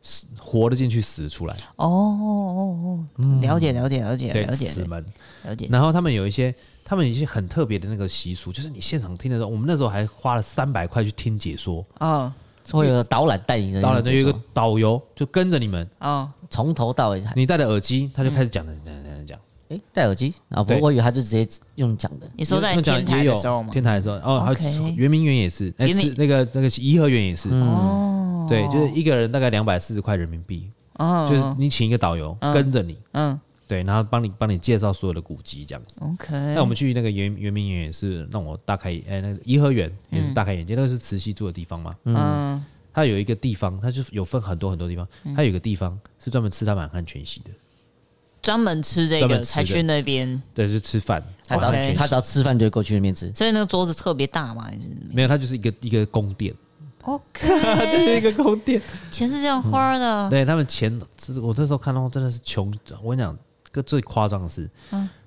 死活的进去，死的出来，
哦哦哦哦，了解了解了解
嗯对，
了解
死门。
了解，
然后他们有一些，他们有一些很特别的那个习俗，就是你现场听的时候，我们那时候还花了三百块去听解说，
嗯
会有导览带你的那
当
种
然
解
就有一
说，
个导游就跟着你们，
哦，
从头到尾，
你戴着耳机，他就开始讲讲讲讲讲，
哎，戴耳机啊，不
对
过我以为他就直接用讲的，
你说在
因为
天
讲
台
也有
的时候吗？
天台的时候，哦，还
OK
有圆明园也是，哎，
圆明
是那个那个颐和园也是，
哦，
对，就是一个人大概两百四十块人民币，
哦，
就是你请一个导游跟着你，
嗯
对，然后帮你帮你介绍所有的古迹这样子。
，OK，
哎那我们去那个圆圆明园也是让我大开，哎，那个颐和园也是大开眼界，那个是慈禧住的地方嘛，
嗯，
它有一个地方，它就是有分很多很多地方，它有一个地方是专门吃他满汉全席的，
专门吃这
专门
个
吃
才
的
去那边，
对，就吃饭。
他只要
OK
他只要吃饭就会过去那边吃，
所以那个桌子特别大嘛，还是
没有，它就是一个一个宫殿，(laughs)
OK，
一个宫殿。
钱是这样花的，
(laughs) 对他们前，这我那时候看到真的是穷。我跟你讲，个最夸张的是，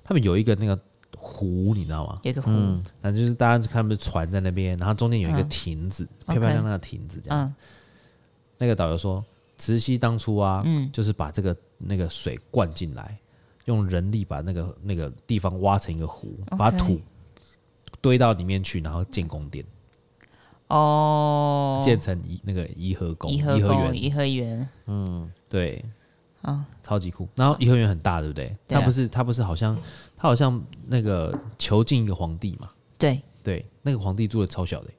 他们有一个那个湖，你知道吗？
有一个湖，
然后嗯就是大家看他们船在那边，然后中间有一个
嗯
亭子，漂
OK
漂亮亮的亭子这样。
嗯
那个导游说，慈禧当初啊，
嗯
就是把这个那个水灌进来，用人力把那个那个地方挖成一个湖，把
OK
土堆到里面去，然后建宫殿，
哦，
建成颐那个颐和宫、
颐和宫、
园，
颐和园，
对，
啊，
超级酷。然后颐和园很大，对不对？
对
它
啊
不是它不是好像它好像那个囚禁一个皇帝嘛，
对，
对，那个皇帝住的超小的、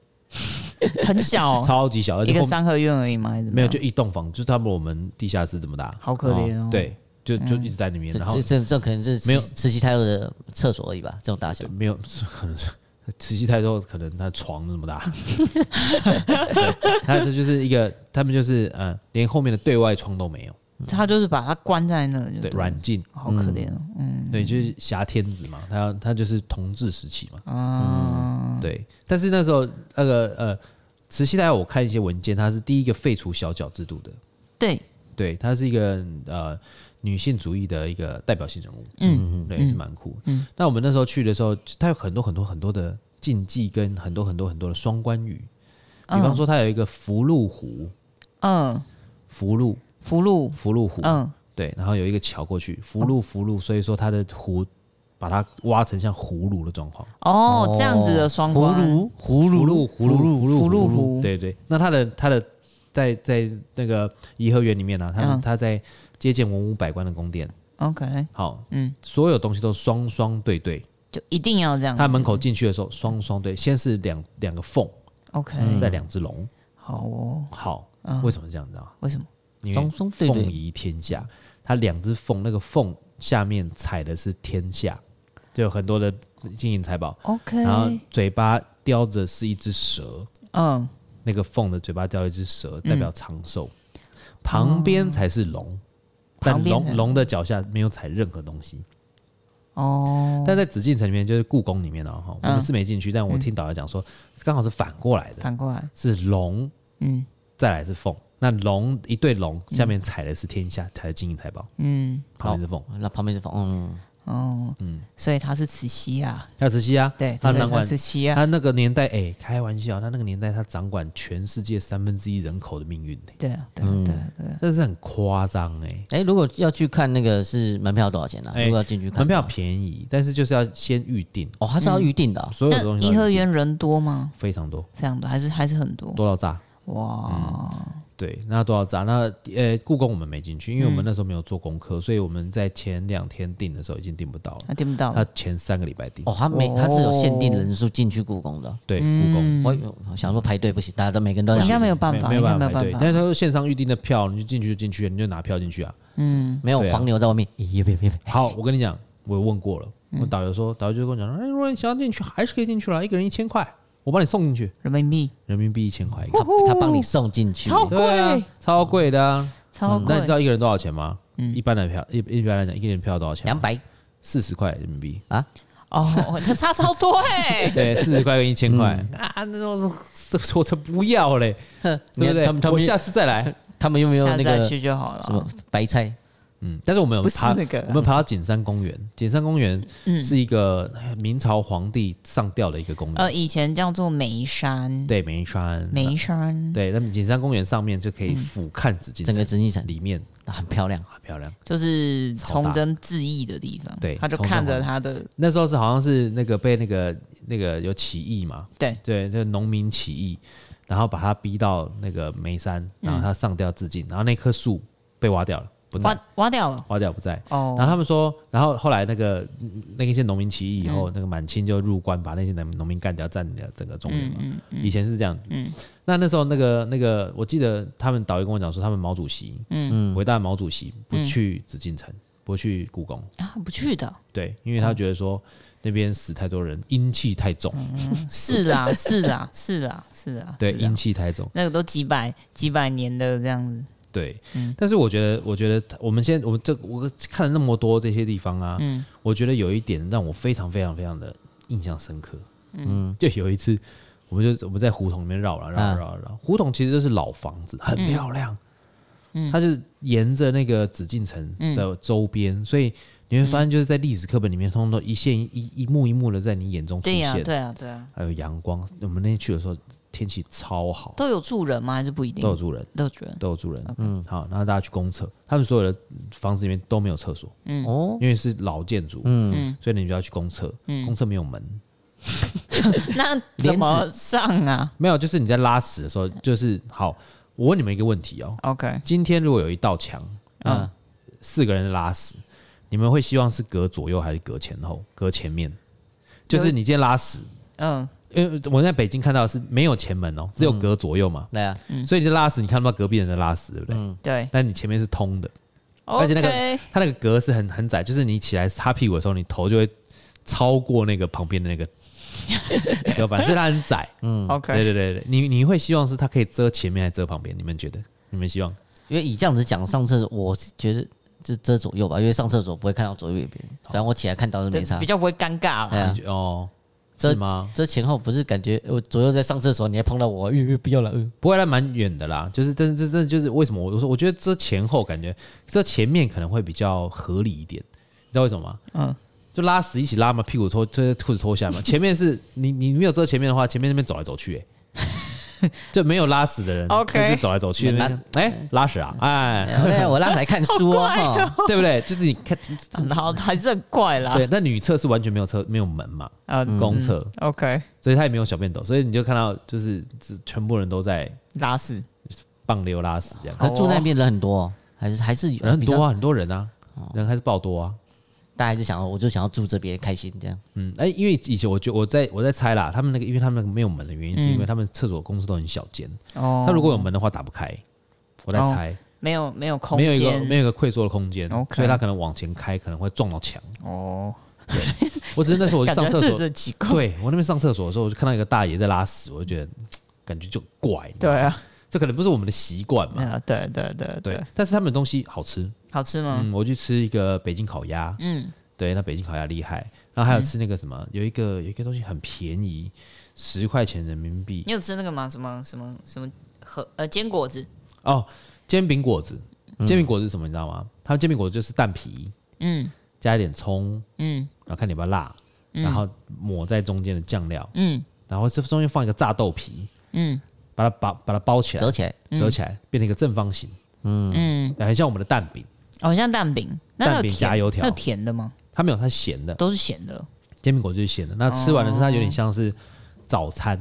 很小
(laughs)
哦，
超级小，而
一
且
个
后面
三合院而已嘛，还是怎么
没有
样
就一栋房，就是他们我们地下室这么大，
好可怜哦
对，就就一直在里面，
这
然后
这这这可能是慈
没有
慈禧太后的厕所而已吧，这种大小
对，没有， (laughs) 是可能是慈禧太后，可能她床那么大， (laughs) 对她这就是一个，他们就是呃，连后面的对外窗都没有，
他就是把它关在那，就
对，
对了，
软嗯禁，
好可怜哦，
对，就是挟天子嘛，他他就是同治时期嘛，嗯
啊，
对，但是那时候那个呃，慈禧太后，我看一些文件，她是第一个废除小脚制度的，
对，
对，她是一个呃女性主义的一个代表性人物，嗯，对，是蛮酷。嗯，那我们那时候去的时候，它有很多很多很多的禁忌跟很多很多很多的双关语，比方说它有一个福禄湖，
嗯，
福禄
福禄，
福禄湖，
嗯，
对，然后有一个桥过去，福禄福禄，所以说它的湖把它挖成像葫芦的状况，
哦，这样子的双关，
葫芦葫芦葫芦葫芦
葫芦
葫芦
葫芦
对对，那它的它的在在那个颐和园里面呢、啊，他们
嗯
他在接见文武百官的宫殿，
OK，
好，
嗯，
所有东西都双双对对。
就一定要这样。
他门口进去的时候，双双对，先是两两个凤，
OK，、
再两只龙。
好哦。
好，为什么这样子啊？
为什么？
因为
双双对
凤
对，
仪天下，它两只凤，那个凤下面踩的是天下，就有很多的金银财宝，
OK，
然后嘴巴叼着是一只蛇，
嗯，
那个凤的嘴巴叼一只蛇，代表长寿，旁边才是龙，但
哦旁边才
龙龙的脚下没有踩任何东西。
哦，嗯
但在紫禁城里面，就是故宫里面呢，哈，我们是没进去，但我听导游讲说，刚好是反过来的，
反过来，
是龙，
嗯
再来是凤。那龙一对龙下面踩的是天下，踩的金银财宝，
嗯，
旁边是凤。
那旁边是凤，嗯，
哦，嗯，所以他是慈禧啊，
那慈禧啊，
对，
他
是
掌管
慈禧啊，
他那个年代，哎，开玩笑，他那个年代他掌管全世界三分之一人口的命运呢，
对啊，对啊
嗯
对啊对啊，
真是很夸张哎。
哎，如果要去看那个是门票多少钱呢？
哎
如果要进去看
门
的话
票嗯便宜，但是就是要先预定，
哦，它是要预定的啊，
所有的东
但
西都
颐
要
和
预定
园人多吗？
非常多，
非常多，还是还是很多？
多到炸。嗯
哇，
对，那多少闸？那呃，故宫我们没进去，因为我们那时候没有做功课，所以我们在前两天订的时候已经订不到了。
那订不到
他
了，
前三个礼拜订，
哦，它每它是有限定人数进去故宫的。
对，故宫
我我想说排队不行，大家都每个人都
应该嗯
想
没
进，
有办法，
嗯没
应
有
该
办
没
法
有
排队但
办，法。
是他说线上预订的票，你就进去就进去，你就拿票进去啊。
嗯
没有
对啊
黄牛在外面，咦也别别
哎
别，
好，我跟你讲，我问过了，我导游说，导游就跟我讲说，哎，如果你想要进去，还是可以进去啊了，一个人一千块，我帮你送进去，
人民币
人民币一千块一个
他，他帮你送进去，
超贵
对啊，超贵的啊。
超
那
贵
你知，道一个人多少钱吗？一般的票，一一般来讲，一个人票多少钱
嗯两
吗？
百
四十块人民币。，
哦， (laughs) 它差超多哎
(laughs) 对，四十块跟一千块
嗯
啊，那种我才不要嘞，
哼
对不对？
他们他
我
们
下次再来。
他们又没有
下
那
次再
个
去就好
什
了
么。白菜，
嗯，但是我们有
不是
爬，
那个
啊
我们爬到景山公园。景山公园
嗯
是一个哎明朝皇帝上吊的一个公园，
呃，以前叫做眉山，
对，眉山，
眉山
对，那么景山公园上面就可以俯瞰紫禁
嗯整个
城，
紫禁城
里面
很漂亮，
很漂亮。
就是
超大
崇祯致意的地方，
对
他就
崇祯
看着
皇
他的，
那时候是好像是那个被那个那个有起义嘛，
对，
对，就是农民起义，然后把他逼到那个眉山，
嗯
然后他上吊自尽，然后那棵树被挖掉了，不在
挖，挖掉了，
挖掉不在。
哦，
然后他们说，然后后来那个嗯那个一些农民起义以
嗯
后，那个满清就入关，把那些农农民干掉，占领了整个中原
嗯
嘛。以前是这样子。那那时候那个那个，我记得他们导游跟我讲说，他们毛主席，嗯，伟大的毛主席
嗯
不去紫禁城，不去故宫，
啊，不去的，
对，因为
嗯
他觉得说那边死太多人，阴气太重，
是
(laughs)
啦，是啦，是啦，是啦，
对，
嗯是啦
阴气太重，
那个都几百几百年的这样子，
对。
嗯
但是我觉得，我觉得我们现在我们这我看了那么多这些地方啊，
嗯
我觉得有一点让我非常非常非常的印象深刻。嗯， (laughs) 就有一次，我们就我们在胡同里面绕了绕啊
嗯
绕啊绕啊，胡同其实就是老房子，很漂亮。嗯，它就是沿着那个紫禁城的
嗯
周边，所以你会发现就是在历史课本里面，通通都一线一一幕一幕的在你眼中出
对呀、
现。
对呀、对呀、
还有阳光，我们那天去的时候天气超好，
都有住人吗？还是不一定
都有住人。
都有住人？
都有住人，嗯，好，然后大家去公厕，他们所有的房子里面都没有厕所，
哦，
因为是老建筑，嗯，所以你就要去公厕，公厕没有门，
那怎么上啊
没有，就是你在拉屎的时候，就是好，我问你们一个问题哦，
？OK，
今天如果有一道墙，嗯，四个人拉屎，你们会希望是隔左右还是隔前后？隔前面？就是你今天拉屎，
嗯，
因为我在北京看到的是没有前门哦，只有隔左右嘛，
对啊，
所以你在拉屎，你看不到隔壁人在拉屎，对不对？
对
但你前面是通的，而且那个
OK
它那个格是很很窄，就是你起来擦屁股的时候，你头就会超过那个旁边的那个隔板，所以它很窄。
嗯
对
OK，
对对对，你你会希望是它可以遮前面还是遮旁边？你们觉得？你们希望？
因为以这样子讲上厕所，我是觉得就遮左右吧，因为上厕所不会看到左右一边，反正我起来看到就没
对
差
比。较不会尴尬
哎
啦。
呀
你觉哦，
遮
是吗？
遮前后不是感觉我左右在上厕所，你还碰到我，呃呃不要了，呃
不会，那蛮远的啦。就是真真真就是为什么我我说我觉得遮前后感觉遮前面可能会比较合理一点，你知道为什么吗？
嗯，
就拉屎一起拉嘛，屁股脱脱裤子脱下来嘛。前面是你你没有遮前面的话，前面那边走来走去、欸，就没有拉屎的人
OK
就是走来走去，那
那
边哎、拉屎啊，哎，
哎呀我拉来看书哦，哈
对不对？就是你看
然后还是很怪啦。
对，那女厕是完全没有车没有门嘛，
嗯
公厕，
，OK，
所以她也没有小便斗，所以你就看到就是就是全部人都在
拉屎
棒溜拉屎这样，
可是住那边人很多哦，还是还是有
人很多
比较
啊，很多人啊，
哦
人还是爆多啊。
大家还是想要，我就想要住这边开心这样。
嗯，哎、因为以前我觉我在我在猜啦，他们那个因为他们那个没有门的原因，是因为他们厕所公司都很小间，
嗯哦
他如果有门的话打不开。我在
哦
猜，
没有没有空
没有一个
间
没有一个溃缩的空间
OK
所以他可能往前开可能会撞到墙。
哦，
我只是那时候我去
(laughs) 感
上
觉
厕
这
所，
是奇怪，
对我那边上厕所的时候，我就看到一个大爷在拉屎，我就觉得嗯感觉就怪，
对啊，
这可能不是我们的习惯嘛。
啊对对对
对
对，，
但是他们的东西好吃，
好吃吗？
嗯，我去吃一个北京烤鸭，
嗯，
对，那北京烤鸭厉害，然后还有吃那个什么，有一个有一个东西很便宜，十块钱人民币
你有吃那个吗？什么什么什么和呃坚果子？
哦，煎饼果子，煎饼果子是什么你知道吗？它们煎饼果子就是蛋皮
嗯
加一点葱，
嗯
然后看你要不要辣，然后抹在中间的酱料，
嗯
然后这中间放一个炸豆皮，
嗯
把它包把它包起来
折，起来，
折起来变成一个正方形，
嗯，
很像我们的蛋饼。
好哦像蛋饼，那它
蛋
有
饼
甜
加油条
它有甜的吗？
它没有，它咸的，
都是咸的
煎饼果子就是咸的。那吃完的时候，它有点像是早餐，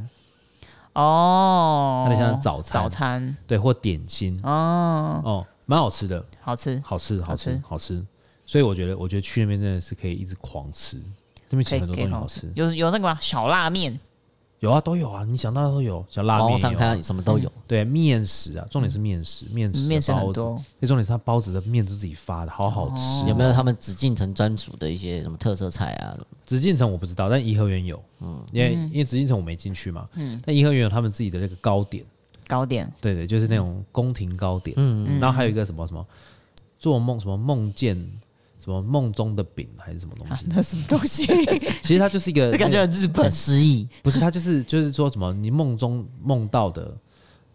哦，
它就像早餐
早餐
对，或点心
哦，
哦，蛮好吃的。
好吃，
好吃，好吃
吃，
好吃。所以我觉得，我觉得去那边真的是可以一直狂吃，那边其实
可以
很多
可
东
以
西好
好
吃
吃，，有有那个吗？小辣面
有啊，都有啊，你想到的都有，像拉
网
面
络
也
上
有
看到
啊，
你什么都有，
对面食啊，重点是面食，面食
嗯面食很
包子
多，哦
最重点是它包子的面是自己发的，好好吃。
有没有他们紫禁城专属的一些什么特色菜
(laughs)
啊？
紫禁城我不知道，但颐和园有，
嗯
因为因为紫禁城我没进去嘛，但颐和园有他们自己的那个糕点，
糕点
对对，就是那种宫廷糕点，
嗯
然后还有一个什么什么做梦什么梦见什么梦中的饼还是什么东
啊
西，，
那什么东 (laughs) 西？
其实它就是一
(laughs)
个
这感觉很日
很
本
诗意，
不是，他就是就是说什么你梦中梦到的，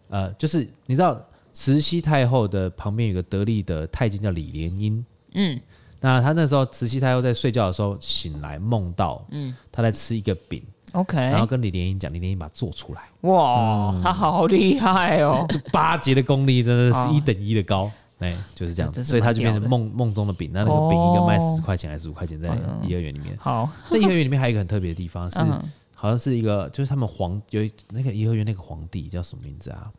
呃，就是你知道慈禧太后的旁边有个得力的太监叫李莲英，
嗯，
那她那时候慈禧太后在睡觉的时候醒来梦到，嗯，她在吃一个饼，然后
，OK，
跟李莲英讲，李莲英把它做出来，
哇，他好厉害
(laughs)
哦，
这八节的功力真的是一等一的高。哎，就是这样子，
这真是
所以它
蛮
就变成
屌的
梦梦中的饼。那那个饼一个卖
哦
十块钱还是五块钱，在颐和园里面。
(laughs)
(laughs)
好，
那颐和园里面还有一个很特别的地方是，
嗯
好像是一个，就是他们皇有一那个颐和园那个皇帝叫什么名字啊？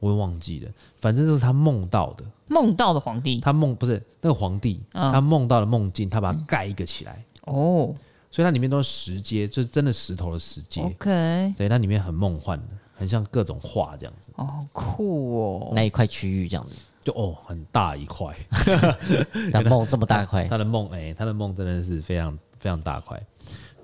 我也忘记了，反正就是他梦到的，
梦到的皇帝
他梦不是那个皇帝，
嗯
他梦到的梦境，他把它盖一个起来，
哦
所以它里面都是石阶，就是真的石头的石阶，
，OK，
对，那里面很梦幻的，很像各种画这样子，
哦，好酷哦，
那一块区域这
(laughs)
样子，
就哦很大一块，
但梦这么大
(laughs)
块，
他的梦哎、他的梦真的是非常非常大块，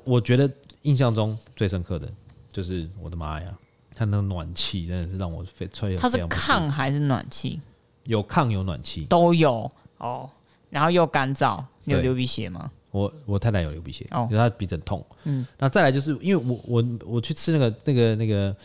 我觉得印象中最深刻的就是我的妈呀，他那个暖气真的是让我非吹得
它
非
是
常不舒服
炕还是暖气
有炕有暖气，
都有哦，然后又干燥，你有
对
流鼻血吗？
我我太太有流鼻血，
哦
就是她鼻子很痛。嗯，那再来就是因为我我我去吃那个那个那个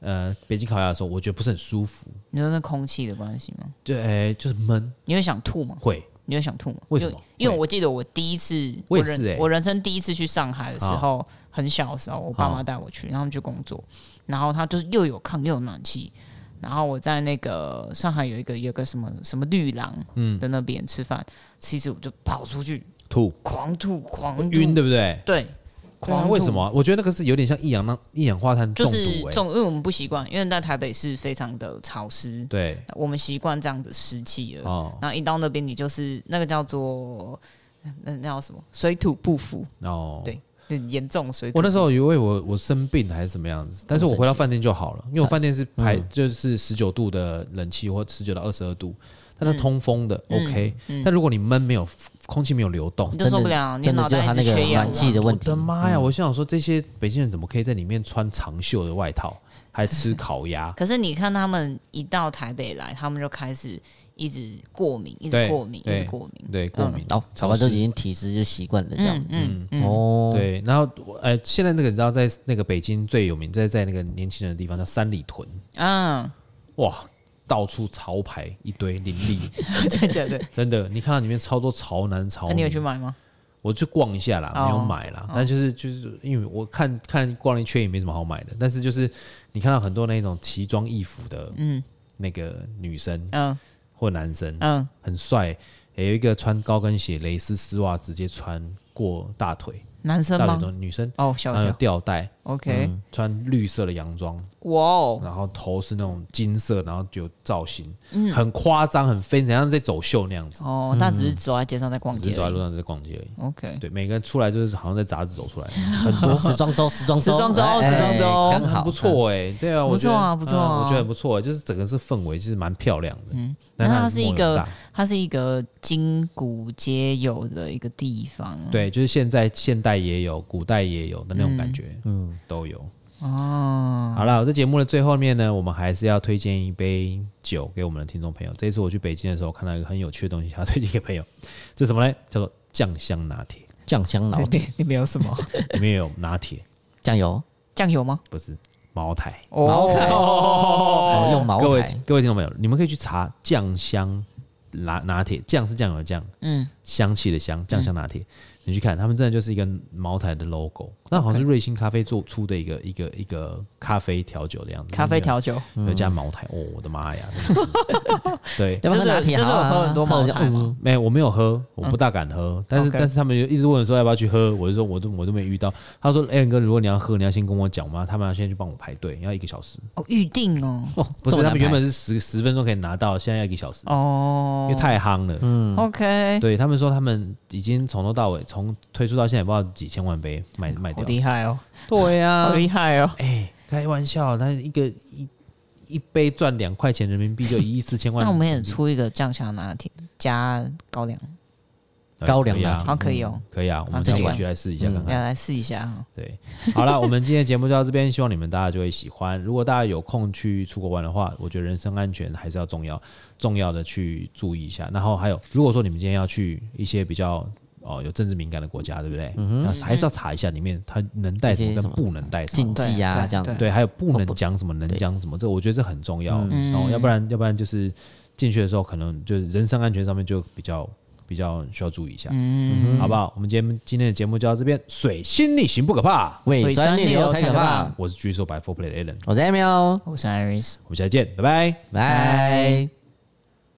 呃北京烤鸭的时候，我觉得不是很舒服，
你说那空气的关系吗？
就哎、就是闷，
你会想吐吗？
会
你会想吐吗？
为什么
因为因为我记得我第一次，
我也是
人
欸
我人生第一次去上海的时候，很小的时候，我爸妈带我去，然后他们去工作，然后他就是又有炕又有暖气，然后我在那个上海有一个有个什么什么绿廊，嗯，的那边吃饭，吃一次我就跑出去
吐
狂吐狂吐
晕，对不对？
对，狂吐
为什？么啊？我觉得那个是有点像一氧那一氧化碳中
就
毒、
是
哎、
重，因为我们不习惯，因为在台北是非常的潮湿，
对
我们习惯这样子湿气了，
哦，
然后一到那边，你就是那个叫做那那叫什么水土不服，
哦，
对很严重的水土不
我
服。
那时候以为我我生病还是怎么样子，但是我回到饭店就好了，因为我饭店是排就是十九度的冷气或十九到二十二度，但是通风的、OK，、但如果你闷没有空气没有流动
你，就
真
受不
的
了，你
真的
脑
就是
袋
他
一直
那个
缺氧
暖气
啊。？
的
我
问题嗯
的，妈呀！我心想说这些北京人怎么可以在里面穿长袖的外套还吃烤鸭
可是你看他们一到台北来，他们就开始一直过敏，一直
对
过敏，一
对
直过敏。
对，过敏。
哦，早晚都已经体质就习惯了这样
嗯嗯嗯，
哦，
对，然后我呃，现在那个你知道，在那个北京最有名，在在那个年轻人的地方叫三里屯，
(laughs) 嗯，
哇，到处潮牌一堆林立，
真的假的？
真的，你看到里面超多潮男潮女。
那啊你有去买吗？
我就逛一下啦，
哦
没有买啦。但就是就是因为我看看逛了一圈也没什么好买的，但是就是你看到很多那种奇装异服的，嗯，那个女生
嗯
或男生，
嗯，
很帅，也有一个穿高跟鞋、蕾丝丝袜直接穿过大腿，嗯，
男生
大腿
吗？
中女生，
哦，吓
然后
我一
有
嗯
跳。
吊带，嗯
OK，
穿绿色的洋装，
哇哦，
然后头是那种金色，然后有造型，
嗯
很夸张，很飞，很像在走秀那样子，
嗯
哦，他只是走在街上在逛
只
街
是走在
而
路
已。
上在逛街而已。
OK，
对，每个人出来就是好像在杂志走出来，很多
(laughs) 时装周，时装周，
时装周
哎
时装
哎
周
刚好
很不错哎、对啊，我觉得
不错啊不错啊
嗯我觉得很不错、就是整个是氛围，其实蛮漂亮的。嗯，
那它是一个它是一个筋骨皆有的一个地方。
对，就是现在现代也有，古代也有的那种感觉，嗯，都有。哦，好了，我这节目的最后面呢，我们还是要推荐一杯酒给我们的听众朋友。这一次我去北京的时候，看到一个很有趣的东西，想要推荐给朋友。这什么呢？叫做酱香拿铁，
酱香老
对，里面有
(laughs)
什么
里面有拿铁，
酱油，
酱油吗？哦
不是茅台。
茅台哦，用茅
各位
台，
各位听众朋友，你们可以去查酱香拿拿铁，酱是酱油的酱，
嗯，
香气的香，酱香拿
嗯
铁。你去看，他们真的就是一个茅台的 logo，那好像是瑞幸咖啡做出的一个一个一个咖啡调酒的样子，
咖啡调酒，
嗯
有加茅台，哦，我的妈呀！真的
(laughs)
是对，
要不然
就是
拿铁
就是
好啊
我喝很多茅台嘛
嗯
没有，我没有喝，我不大敢喝，但是
OK
但是他们就一直问说要不要去喝，我就说我都我都没遇到。他说，哎，哥，如果你要喝，你要先跟我讲嘛，他们要先去帮我排队，要一个小时。
哦，预定哦，
哦，
不是，
这么
他
难
们原
排
本是十十分钟可以拿到，现在要一个小时，
哦，
因为太夯了。
嗯
OK，
对他们说，他们已经从头到尾，从推出到现在，也不知道几千万杯卖卖
好
掉。
厉害哦，
对呀、
好厉害哦，
哎、开玩笑，他一个一一杯赚两块钱人民币，就一亿四千万。
那我们也出一个酱香拿铁加高粱，
哎
高粱
可以
拿
啊，
好可以哦，
可以啊，我们
这
再
个
回去来试一下看
要
看。
来试一下哈。
对，好了，我们今天的节目就到这边，希望你们大家就会喜欢。如果大家有空去出国玩的话，我觉得人身安全还是要重要，重要的去注意一下。然后还有，如果说你们今天要去一些比较哦有政治敏感的国家，对不对？嗯哼，还是要查一下里面它能带什么
一些
跟
什么
不能带什么
禁。忌啊，
对
这样子
对
对，还有不
哦
能
不
讲什么，能
对
讲什么，这我觉得这很重要。哦，要不然要不然就是进去的时候，可能就是人身安全上面就比较比较需要注意一下，嗯，好不好？我们今天今天的节目就到这边，水星逆行不可怕，
胃酸逆流才可怕。
我是巨兽白 Four Play 的 Alan，
我是 Emil，
我是 Iris，
我们下次见，拜拜。
拜。